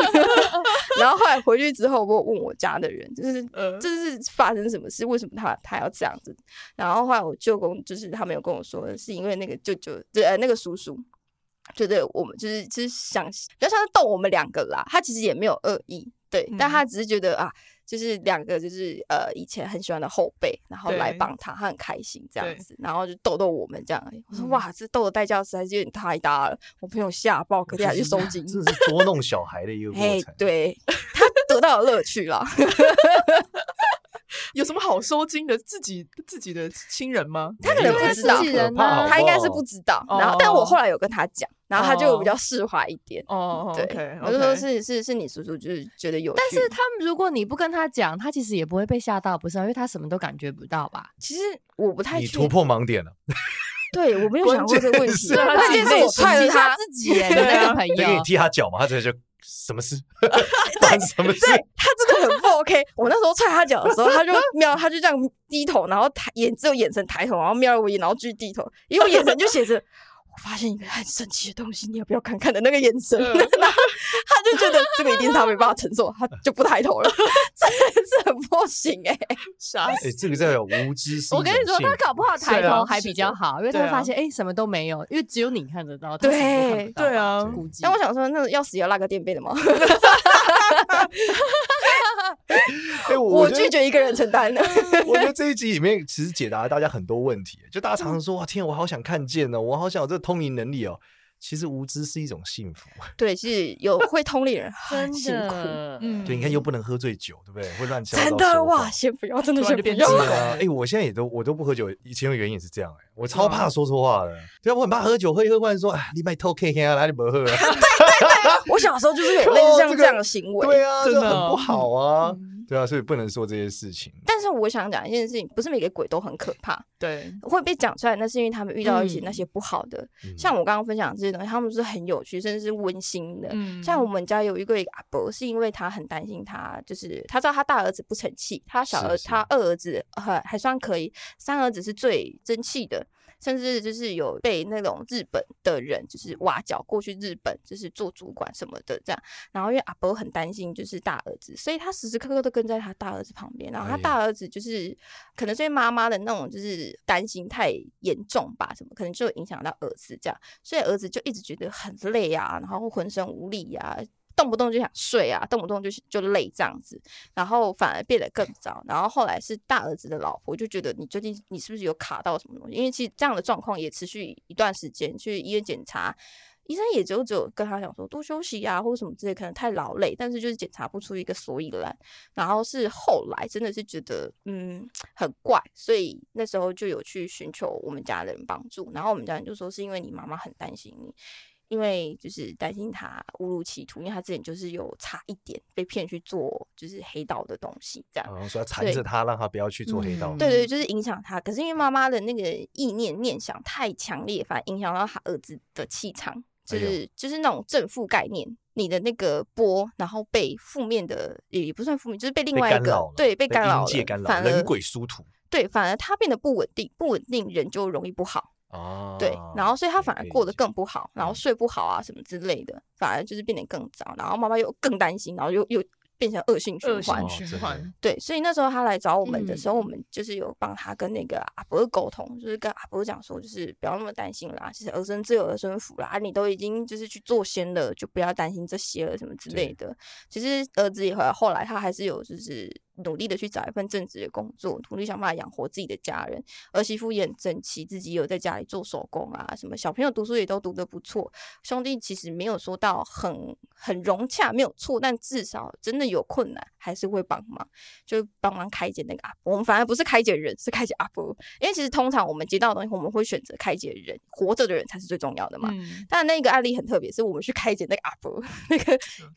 Speaker 5: 然后后来回去之后，我有问我家的人，就是
Speaker 1: 呃，
Speaker 5: 这是发生什么事？为什么他他要这样子？然后后来我舅公就是他们有跟我说，是因为那个舅舅，对，呃那个叔叔。觉得我们就是就是想比较像是逗我们两个啦，他其实也没有恶意，对，但
Speaker 1: 嗯
Speaker 5: 他只是觉得啊，就是两个就是呃以前很喜欢的后辈，然后来
Speaker 1: 对
Speaker 5: 帮他，他很开心这
Speaker 1: 对
Speaker 5: 样子，然后就逗逗我们这样而已。我说
Speaker 1: 嗯
Speaker 5: 哇，这逗的代价实在是有点太大了，我朋友吓爆，隔天还 去收金。
Speaker 3: 这是捉弄小孩的一个过
Speaker 5: 哎
Speaker 3: 程。，
Speaker 5: 对 他得到了乐趣 啦。
Speaker 1: 有什么好收金的？自己自己的亲人吗？
Speaker 5: 他可能不知道
Speaker 3: 没有
Speaker 4: 人啊
Speaker 5: 他应该是不，知道。
Speaker 1: 哦
Speaker 5: 然后，但我后来有跟他讲，然后他就比较释怀一点。
Speaker 1: 哦
Speaker 5: 嗯对
Speaker 1: ，OK，
Speaker 5: 我就 说是是是你叔叔就是觉得有趣，
Speaker 4: 但是他们如果你不跟他讲，他其实也不会被吓到，不是吗？因为他什么都感觉不到吧？
Speaker 5: 其实我不太
Speaker 3: 你
Speaker 5: 确
Speaker 3: 突破盲点了，
Speaker 5: 对我没有想过这个问题，啊
Speaker 3: 关键是
Speaker 1: 他自己
Speaker 5: 关键是我踹了
Speaker 4: 他
Speaker 5: 他，
Speaker 4: 自 己耶，你
Speaker 5: 啊
Speaker 4: 那个朋
Speaker 3: 再给
Speaker 5: 哦
Speaker 4: 友
Speaker 3: 你。踢他脚嘛，他直接就什么事？ 发生什么事？
Speaker 5: 对他真的很不 OK。我那时候踹他脚的时候， 他就瞄，他就这样低头，然后抬眼只有眼神抬头，然后瞄了我一眼，然后继续低头，因为我眼神就写着。我发现一个很神奇的东西，你要不要看看的那个眼神？
Speaker 4: 嗯
Speaker 5: 然后
Speaker 1: 啊
Speaker 5: 他就觉得这个一定是他没办法承受，他就不 抬头了，真的是很不行哎、
Speaker 1: 傻
Speaker 3: 哎，
Speaker 1: 死，
Speaker 3: 这个叫有无知是一种
Speaker 4: 我跟你说，
Speaker 3: 幸
Speaker 4: 他
Speaker 3: 福
Speaker 4: 搞不好抬
Speaker 1: 是啊
Speaker 4: 头还比较好，因为他
Speaker 1: 对
Speaker 4: 会
Speaker 1: 啊
Speaker 4: 发现哎、诶什么都没有，因为只 有你看得到，他什么都看不到吧
Speaker 1: 对啊
Speaker 4: 估计。
Speaker 5: 但我想说，那要死要拉个垫背的吗？
Speaker 3: 哎，
Speaker 5: 我
Speaker 3: 觉
Speaker 5: 拒
Speaker 3: 得
Speaker 5: 绝一个人承 担的。
Speaker 3: 我觉得这一集里面其实解答了大家很多问题，就大家常
Speaker 5: 嗯
Speaker 3: 常说哇，天啊，我好想看见哦，我好想有这个通灵能力哦。其实无知是一种幸福，
Speaker 5: 对，其实有会通灵人很辛
Speaker 2: 真
Speaker 5: 苦，
Speaker 2: 的，
Speaker 1: 嗯
Speaker 3: 对，你看又不能喝醉酒，对不对？会乱七八糟
Speaker 5: 真的
Speaker 3: 说话
Speaker 5: 哇，先不要，真的
Speaker 1: 突然
Speaker 5: 先
Speaker 1: 就
Speaker 5: 不
Speaker 1: 变
Speaker 5: 要
Speaker 1: 知。
Speaker 3: 对 啊，哎、我现在也都我都不喝酒，以前的原因也是这样、哎，我超怕说错话的，对啊，我很怕喝酒，喝一喝，忽然说，哎，你买偷 K K 啊，哪里不喝啊？
Speaker 5: 我小时 候就是有类似
Speaker 3: 哦这
Speaker 5: 像
Speaker 3: 个
Speaker 5: 这样的行为，
Speaker 3: 对啊，
Speaker 1: 真
Speaker 3: 这
Speaker 1: 的
Speaker 3: 很
Speaker 5: 哦
Speaker 3: 不好啊，
Speaker 1: 嗯
Speaker 3: 对啊，所以不能说这些事情。
Speaker 5: 但是我想讲一件事情，不是每个鬼都很可怕，
Speaker 1: 对，
Speaker 5: 会被讲出来，那是因为他们遇到一些
Speaker 4: 嗯
Speaker 5: 那些不好的，
Speaker 3: 嗯
Speaker 5: 像我刚刚分享的这些东西，他们是很有趣，甚至是温馨的。
Speaker 1: 嗯
Speaker 5: 像我们家有一个阿伯，是因为他很担心他，就是他知道他大儿子不成器，他小
Speaker 3: 是
Speaker 5: 儿
Speaker 3: 是
Speaker 5: 他二儿子还、呃还算可以，三儿子是最争气的，甚至就是有被那种日本的人就是挖角过去日本，就是做主管什么的这样。然后因为阿伯很担心就是大儿子，所以他时时刻刻都跟在他大儿子旁边。然后
Speaker 3: 哎
Speaker 5: 他
Speaker 3: 呀
Speaker 5: 大儿子就是可能对妈妈的那种就是担心太严重吧，什么可能就影响到儿子这样，所以儿子就一直觉得很累啊，然后浑身无力啊。动不动就想睡啊，动不动就就累这样子，然后反而变得更糟。然后后来是大儿子的老婆就觉得你最近你是不是有卡到什么东西？因为其实这样的状况也持续一段时间，去医院检查，医生也就只有跟他讲说多休息啊，或者什么之类，可能太劳累，但是就是检查不出一个所以然。然后是后来真的是觉得嗯很怪，所以那时候就有去寻求我们家人帮助。然后我们家人就说是因为你妈妈很担心你。因为就是担心他误入歧途，因为他之前就是有差一点被骗去做就是黑道的东西，这样。
Speaker 3: 好像说要缠
Speaker 5: 对嗯
Speaker 3: 着他，让他不要去做黑道。
Speaker 5: 对对，就是影响他。可是因为妈妈的那个意念念想太强烈，反而影响到他儿子的气场，就
Speaker 3: 哎呦
Speaker 5: 是、就是那种正负概念，你的那个波，然后被负面的也不算负面，就是被另
Speaker 3: 被
Speaker 5: 外一
Speaker 3: 干
Speaker 5: 个
Speaker 3: 扰了，
Speaker 5: 对被干
Speaker 3: 阴
Speaker 5: 扰
Speaker 3: 界
Speaker 5: 了，
Speaker 3: 干扰，
Speaker 5: 反而
Speaker 3: 人鬼殊途
Speaker 5: 对，反而他变得不稳定，不稳定人就容易不好。
Speaker 3: 啊。
Speaker 5: 对，然后所以他
Speaker 3: 也
Speaker 5: 反而
Speaker 3: 可以
Speaker 5: 过得
Speaker 3: 理解
Speaker 5: 更不好，然后
Speaker 3: 嗯
Speaker 5: 睡不好啊什么之类的，反而就是变得更糟。然后妈妈又更担心，然后又又变成恶性循
Speaker 1: 恶
Speaker 5: 环
Speaker 1: 性
Speaker 3: 哦。
Speaker 1: 循
Speaker 3: 真的
Speaker 1: 环，
Speaker 5: 对，所以那时候他来找我们的时候，
Speaker 4: 嗯
Speaker 5: 我们就是有帮他跟那个阿伯沟通，就是跟阿伯讲说，就是不要那么担心啦，其实儿孙自有儿孙福啦，啊你都已经就是去做仙了，就不要担心这些了什么之类的。其实儿子也后后来他还是有就是努力的去找一份正职的工作，努力想办法养活自己的家人。儿媳妇也很争气，自己有在家里做手工啊，什么小朋友读书也都读得不错。兄弟其实没有说到很很融洽，没有错，但至少真的有困难还是会帮忙。就帮忙开解那个阿伯。我们反而不是开解人，是开解阿伯。因为其实通常我们接到的东西，我们会选择开解人，活着的人才是最重要的嘛。
Speaker 1: 嗯，
Speaker 5: 但那个案例很特别，是我们去开解那个阿伯，那个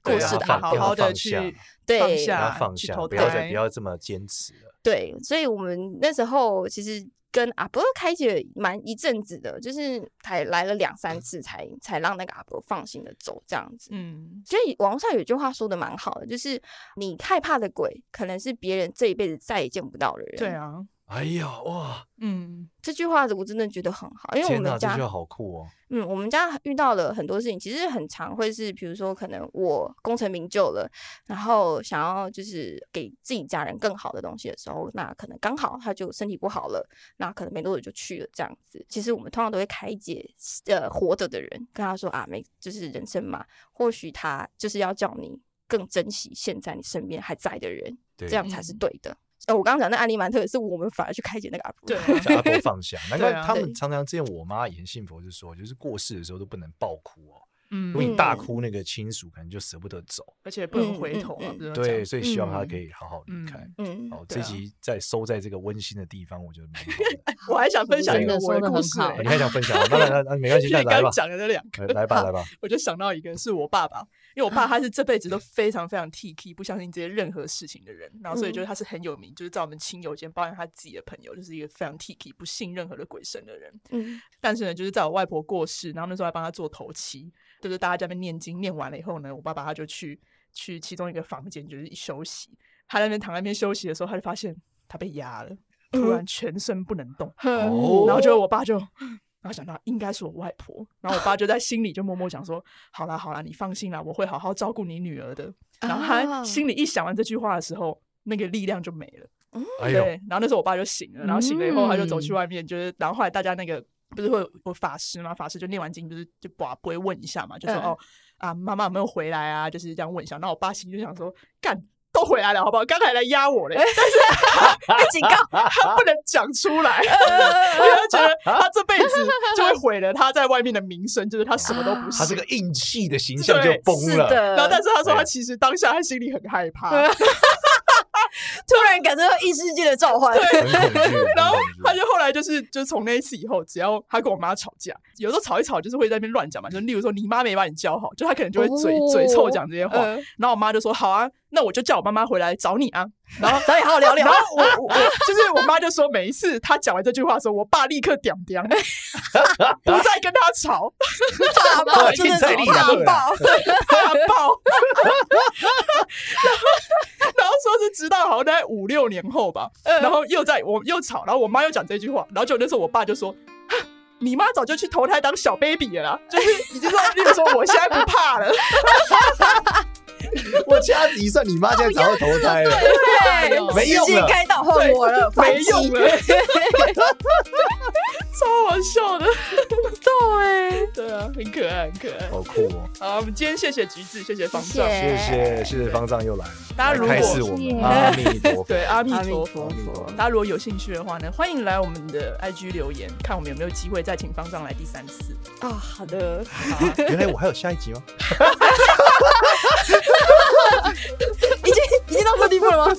Speaker 5: 过
Speaker 1: 对啊
Speaker 5: 世的
Speaker 1: 放
Speaker 5: 阿
Speaker 1: 好
Speaker 5: 伯。
Speaker 1: 好的
Speaker 3: 放
Speaker 1: 去
Speaker 3: 下
Speaker 5: 对
Speaker 1: 放
Speaker 3: 不要
Speaker 1: 下，
Speaker 3: 放
Speaker 1: 去
Speaker 3: 下，
Speaker 1: 投
Speaker 3: 不要再
Speaker 1: 胎
Speaker 3: 不，要这么坚持了。
Speaker 5: 对，所以我们那时候其实跟阿伯开解蛮一阵子的，就是才来了两三次才，才让那个阿伯放心的走这样子。
Speaker 1: 嗯，
Speaker 5: 所以网上有句话说的蛮好的，就是你害怕的鬼，可能是别人这一辈子再也见不到的人。
Speaker 1: 对，啊，
Speaker 3: 哎呀，哇，
Speaker 1: 嗯，
Speaker 5: 这句话我真的觉得很好，因为我
Speaker 3: 天
Speaker 5: 们
Speaker 3: 这
Speaker 5: 家
Speaker 3: 句话好酷哦！
Speaker 5: 嗯，我们家遇到了很多事情，其实很常会是，比如说可能我功成名就了，然后想要就是给自己家人更好的东西的时候，那可能刚好他就身体不好了，那可能没多久就去了这样子。其实我们通常都会开解呃活着的人，跟他说啊，没就是人生嘛，或许他就是要叫你更珍惜现在你身边还在的人，
Speaker 3: 对
Speaker 5: 这样才是
Speaker 1: 嗯
Speaker 5: 对的。呃，我刚刚讲那案例蛮特别，是我们反而去开解那个阿婆。
Speaker 1: 对啊，
Speaker 3: 叫阿婆放 下，难怪
Speaker 1: 对啊
Speaker 3: 他们
Speaker 5: 对
Speaker 3: 常常之前我妈以前信佛是说，就是过世的时候都不能爆哭哦，
Speaker 1: 嗯
Speaker 3: 如果，你
Speaker 5: 嗯
Speaker 3: 大哭，那个亲属可能就舍不得走。
Speaker 1: 而且不能
Speaker 5: 嗯
Speaker 1: 回
Speaker 5: 嗯
Speaker 1: 头啊，
Speaker 5: 嗯
Speaker 1: 不能讲
Speaker 3: 对，所以希望他
Speaker 1: 嗯
Speaker 3: 可以好好离开。
Speaker 5: 嗯，
Speaker 3: 好，
Speaker 5: 对
Speaker 3: 这
Speaker 5: 啊
Speaker 3: 集在收在这个温馨的地方，我觉得蛮好 的。
Speaker 1: 我还想分享一个
Speaker 4: 真的
Speaker 1: 我
Speaker 4: 说得
Speaker 1: 故
Speaker 4: 很
Speaker 1: 事、
Speaker 4: 好
Speaker 1: 欸
Speaker 3: 你，还想分享？那那那没关系，
Speaker 1: 就
Speaker 3: 那
Speaker 1: 你
Speaker 3: 来
Speaker 1: 刚
Speaker 3: 吧
Speaker 1: 刚，讲的那两个，
Speaker 3: 来来吧，来 吧。
Speaker 1: 我就想到一个是我爸爸，因为我爸他是这辈子都非常非常 T K，不相信这些任何事情的人，然后所以就是他是很有名，就是在我们亲友间，包含他自己的朋友，就是一个非常 T K 不信任何的鬼神的人。
Speaker 5: 嗯
Speaker 1: 但是呢，就是在我外婆过世，然后那时候还帮她做头七，就是大家在那边念经，念完了以后呢，我爸爸他就去去其中一个房间就是休息，他在那边躺在那边休息的时候，他就发现他被压了，突然全身不能动，
Speaker 3: 哦
Speaker 1: 嗯然后就我爸就。然后想到应该是我外婆，然后我爸就在心里就默默想说：“好啦好啦，你放心啦，我会好好照顾你女儿的。”然后他
Speaker 5: 啊
Speaker 1: 心里一想完这句话的时候，那个力量就没了。
Speaker 3: 哎呦
Speaker 1: 对，，然后那时候我爸就醒了，然后醒了以后他就走去
Speaker 4: 嗯
Speaker 1: 外面，就是然后后来大家那个不是会有有法师嘛，法师就念完经就是就把不会问一下嘛，就说、
Speaker 5: 嗯
Speaker 1: 哦啊妈妈有没有回来啊，就是这样问一下。那我爸心里就想说，干都回来了，好不好？刚才来压我嘞，但是他被警告 他不能讲出来，因为他觉得他这辈子就会毁了他在外面的名声，就是他什么都不
Speaker 3: 他
Speaker 1: 是
Speaker 3: 这。个硬气的形象就
Speaker 1: 对
Speaker 3: 崩
Speaker 5: 是
Speaker 3: 了。
Speaker 5: 的，
Speaker 1: 然后，但是他说他
Speaker 3: 对
Speaker 1: 其实当下他心里很害怕，
Speaker 5: 突然感受到异世界的召唤，
Speaker 3: 很恐 惧，
Speaker 1: 然后
Speaker 3: 很恐惧
Speaker 1: 他就后来就是，就从那一次以后，只要他跟我妈吵架，有时候吵一吵就是会在那边乱讲嘛，就例如说你妈没把你教好，就他可能就会嘴、
Speaker 5: 哦
Speaker 1: 嘴臭讲这些话，
Speaker 5: 嗯。
Speaker 1: 然后我妈就说好啊，那我就叫我妈妈回来找你啊，然后
Speaker 5: 咱也好好聊聊
Speaker 1: 然。后我我我就是我妈就说，每一次她讲完这句话的时候，我爸立刻屌屌，不再跟她吵，
Speaker 5: 大爆真的是大爆，
Speaker 1: 大爆。 然后然后说是直到好像大概五六年后吧，
Speaker 5: 嗯
Speaker 1: 然后又在我又吵，然后我妈又讲这句话，然后就那时候我爸就说。哈你妈早就去投胎当小 baby 了啦，就是已经说，例如说我现在不怕了，
Speaker 3: 我掐指一算，你妈现在早就投胎了。
Speaker 5: 对
Speaker 3: 没用了
Speaker 5: 世界开导换我了，反
Speaker 1: 哎没
Speaker 5: 击
Speaker 1: 用了， 超好笑的，逗哎、对啊，很可爱，很可爱。
Speaker 3: 好酷哦！
Speaker 1: 好，我们今天谢谢橘子，谢谢方丈，
Speaker 3: 谢
Speaker 5: 谢
Speaker 3: 谢谢谢方丈又来了，
Speaker 1: 哎大家如果
Speaker 3: 开示我
Speaker 2: 谢谢
Speaker 3: 们 阿弥陀佛。
Speaker 1: 对阿弥
Speaker 5: 阿弥
Speaker 1: 陀
Speaker 5: 陀
Speaker 1: 佛
Speaker 5: 佛。
Speaker 1: 大家如果有兴趣的话呢，欢迎来我们的 IG 留言，看我们有没有机会再请方丈来第三次。
Speaker 5: 啊！好的，
Speaker 1: 好啊
Speaker 3: 原来我还有下一集吗？
Speaker 5: 已经已经到这地步了吗？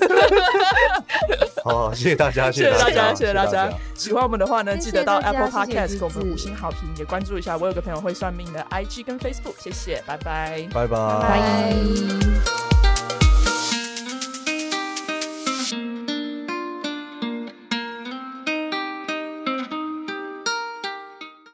Speaker 3: 好，谢谢大家，
Speaker 1: 谢谢大
Speaker 3: 大
Speaker 1: 家，
Speaker 3: 家，
Speaker 1: 谢谢大家。喜欢我们的话呢，
Speaker 2: 谢谢
Speaker 1: 记得到
Speaker 2: 大家
Speaker 1: Apple
Speaker 2: 谢谢
Speaker 1: Podcast
Speaker 2: 橘
Speaker 1: 给
Speaker 2: 子
Speaker 1: 我们五星好评，也关注一下我有个朋友会算命的 IG 跟 Facebook，谢谢，拜拜。
Speaker 3: 拜拜。
Speaker 5: 拜
Speaker 2: 拜。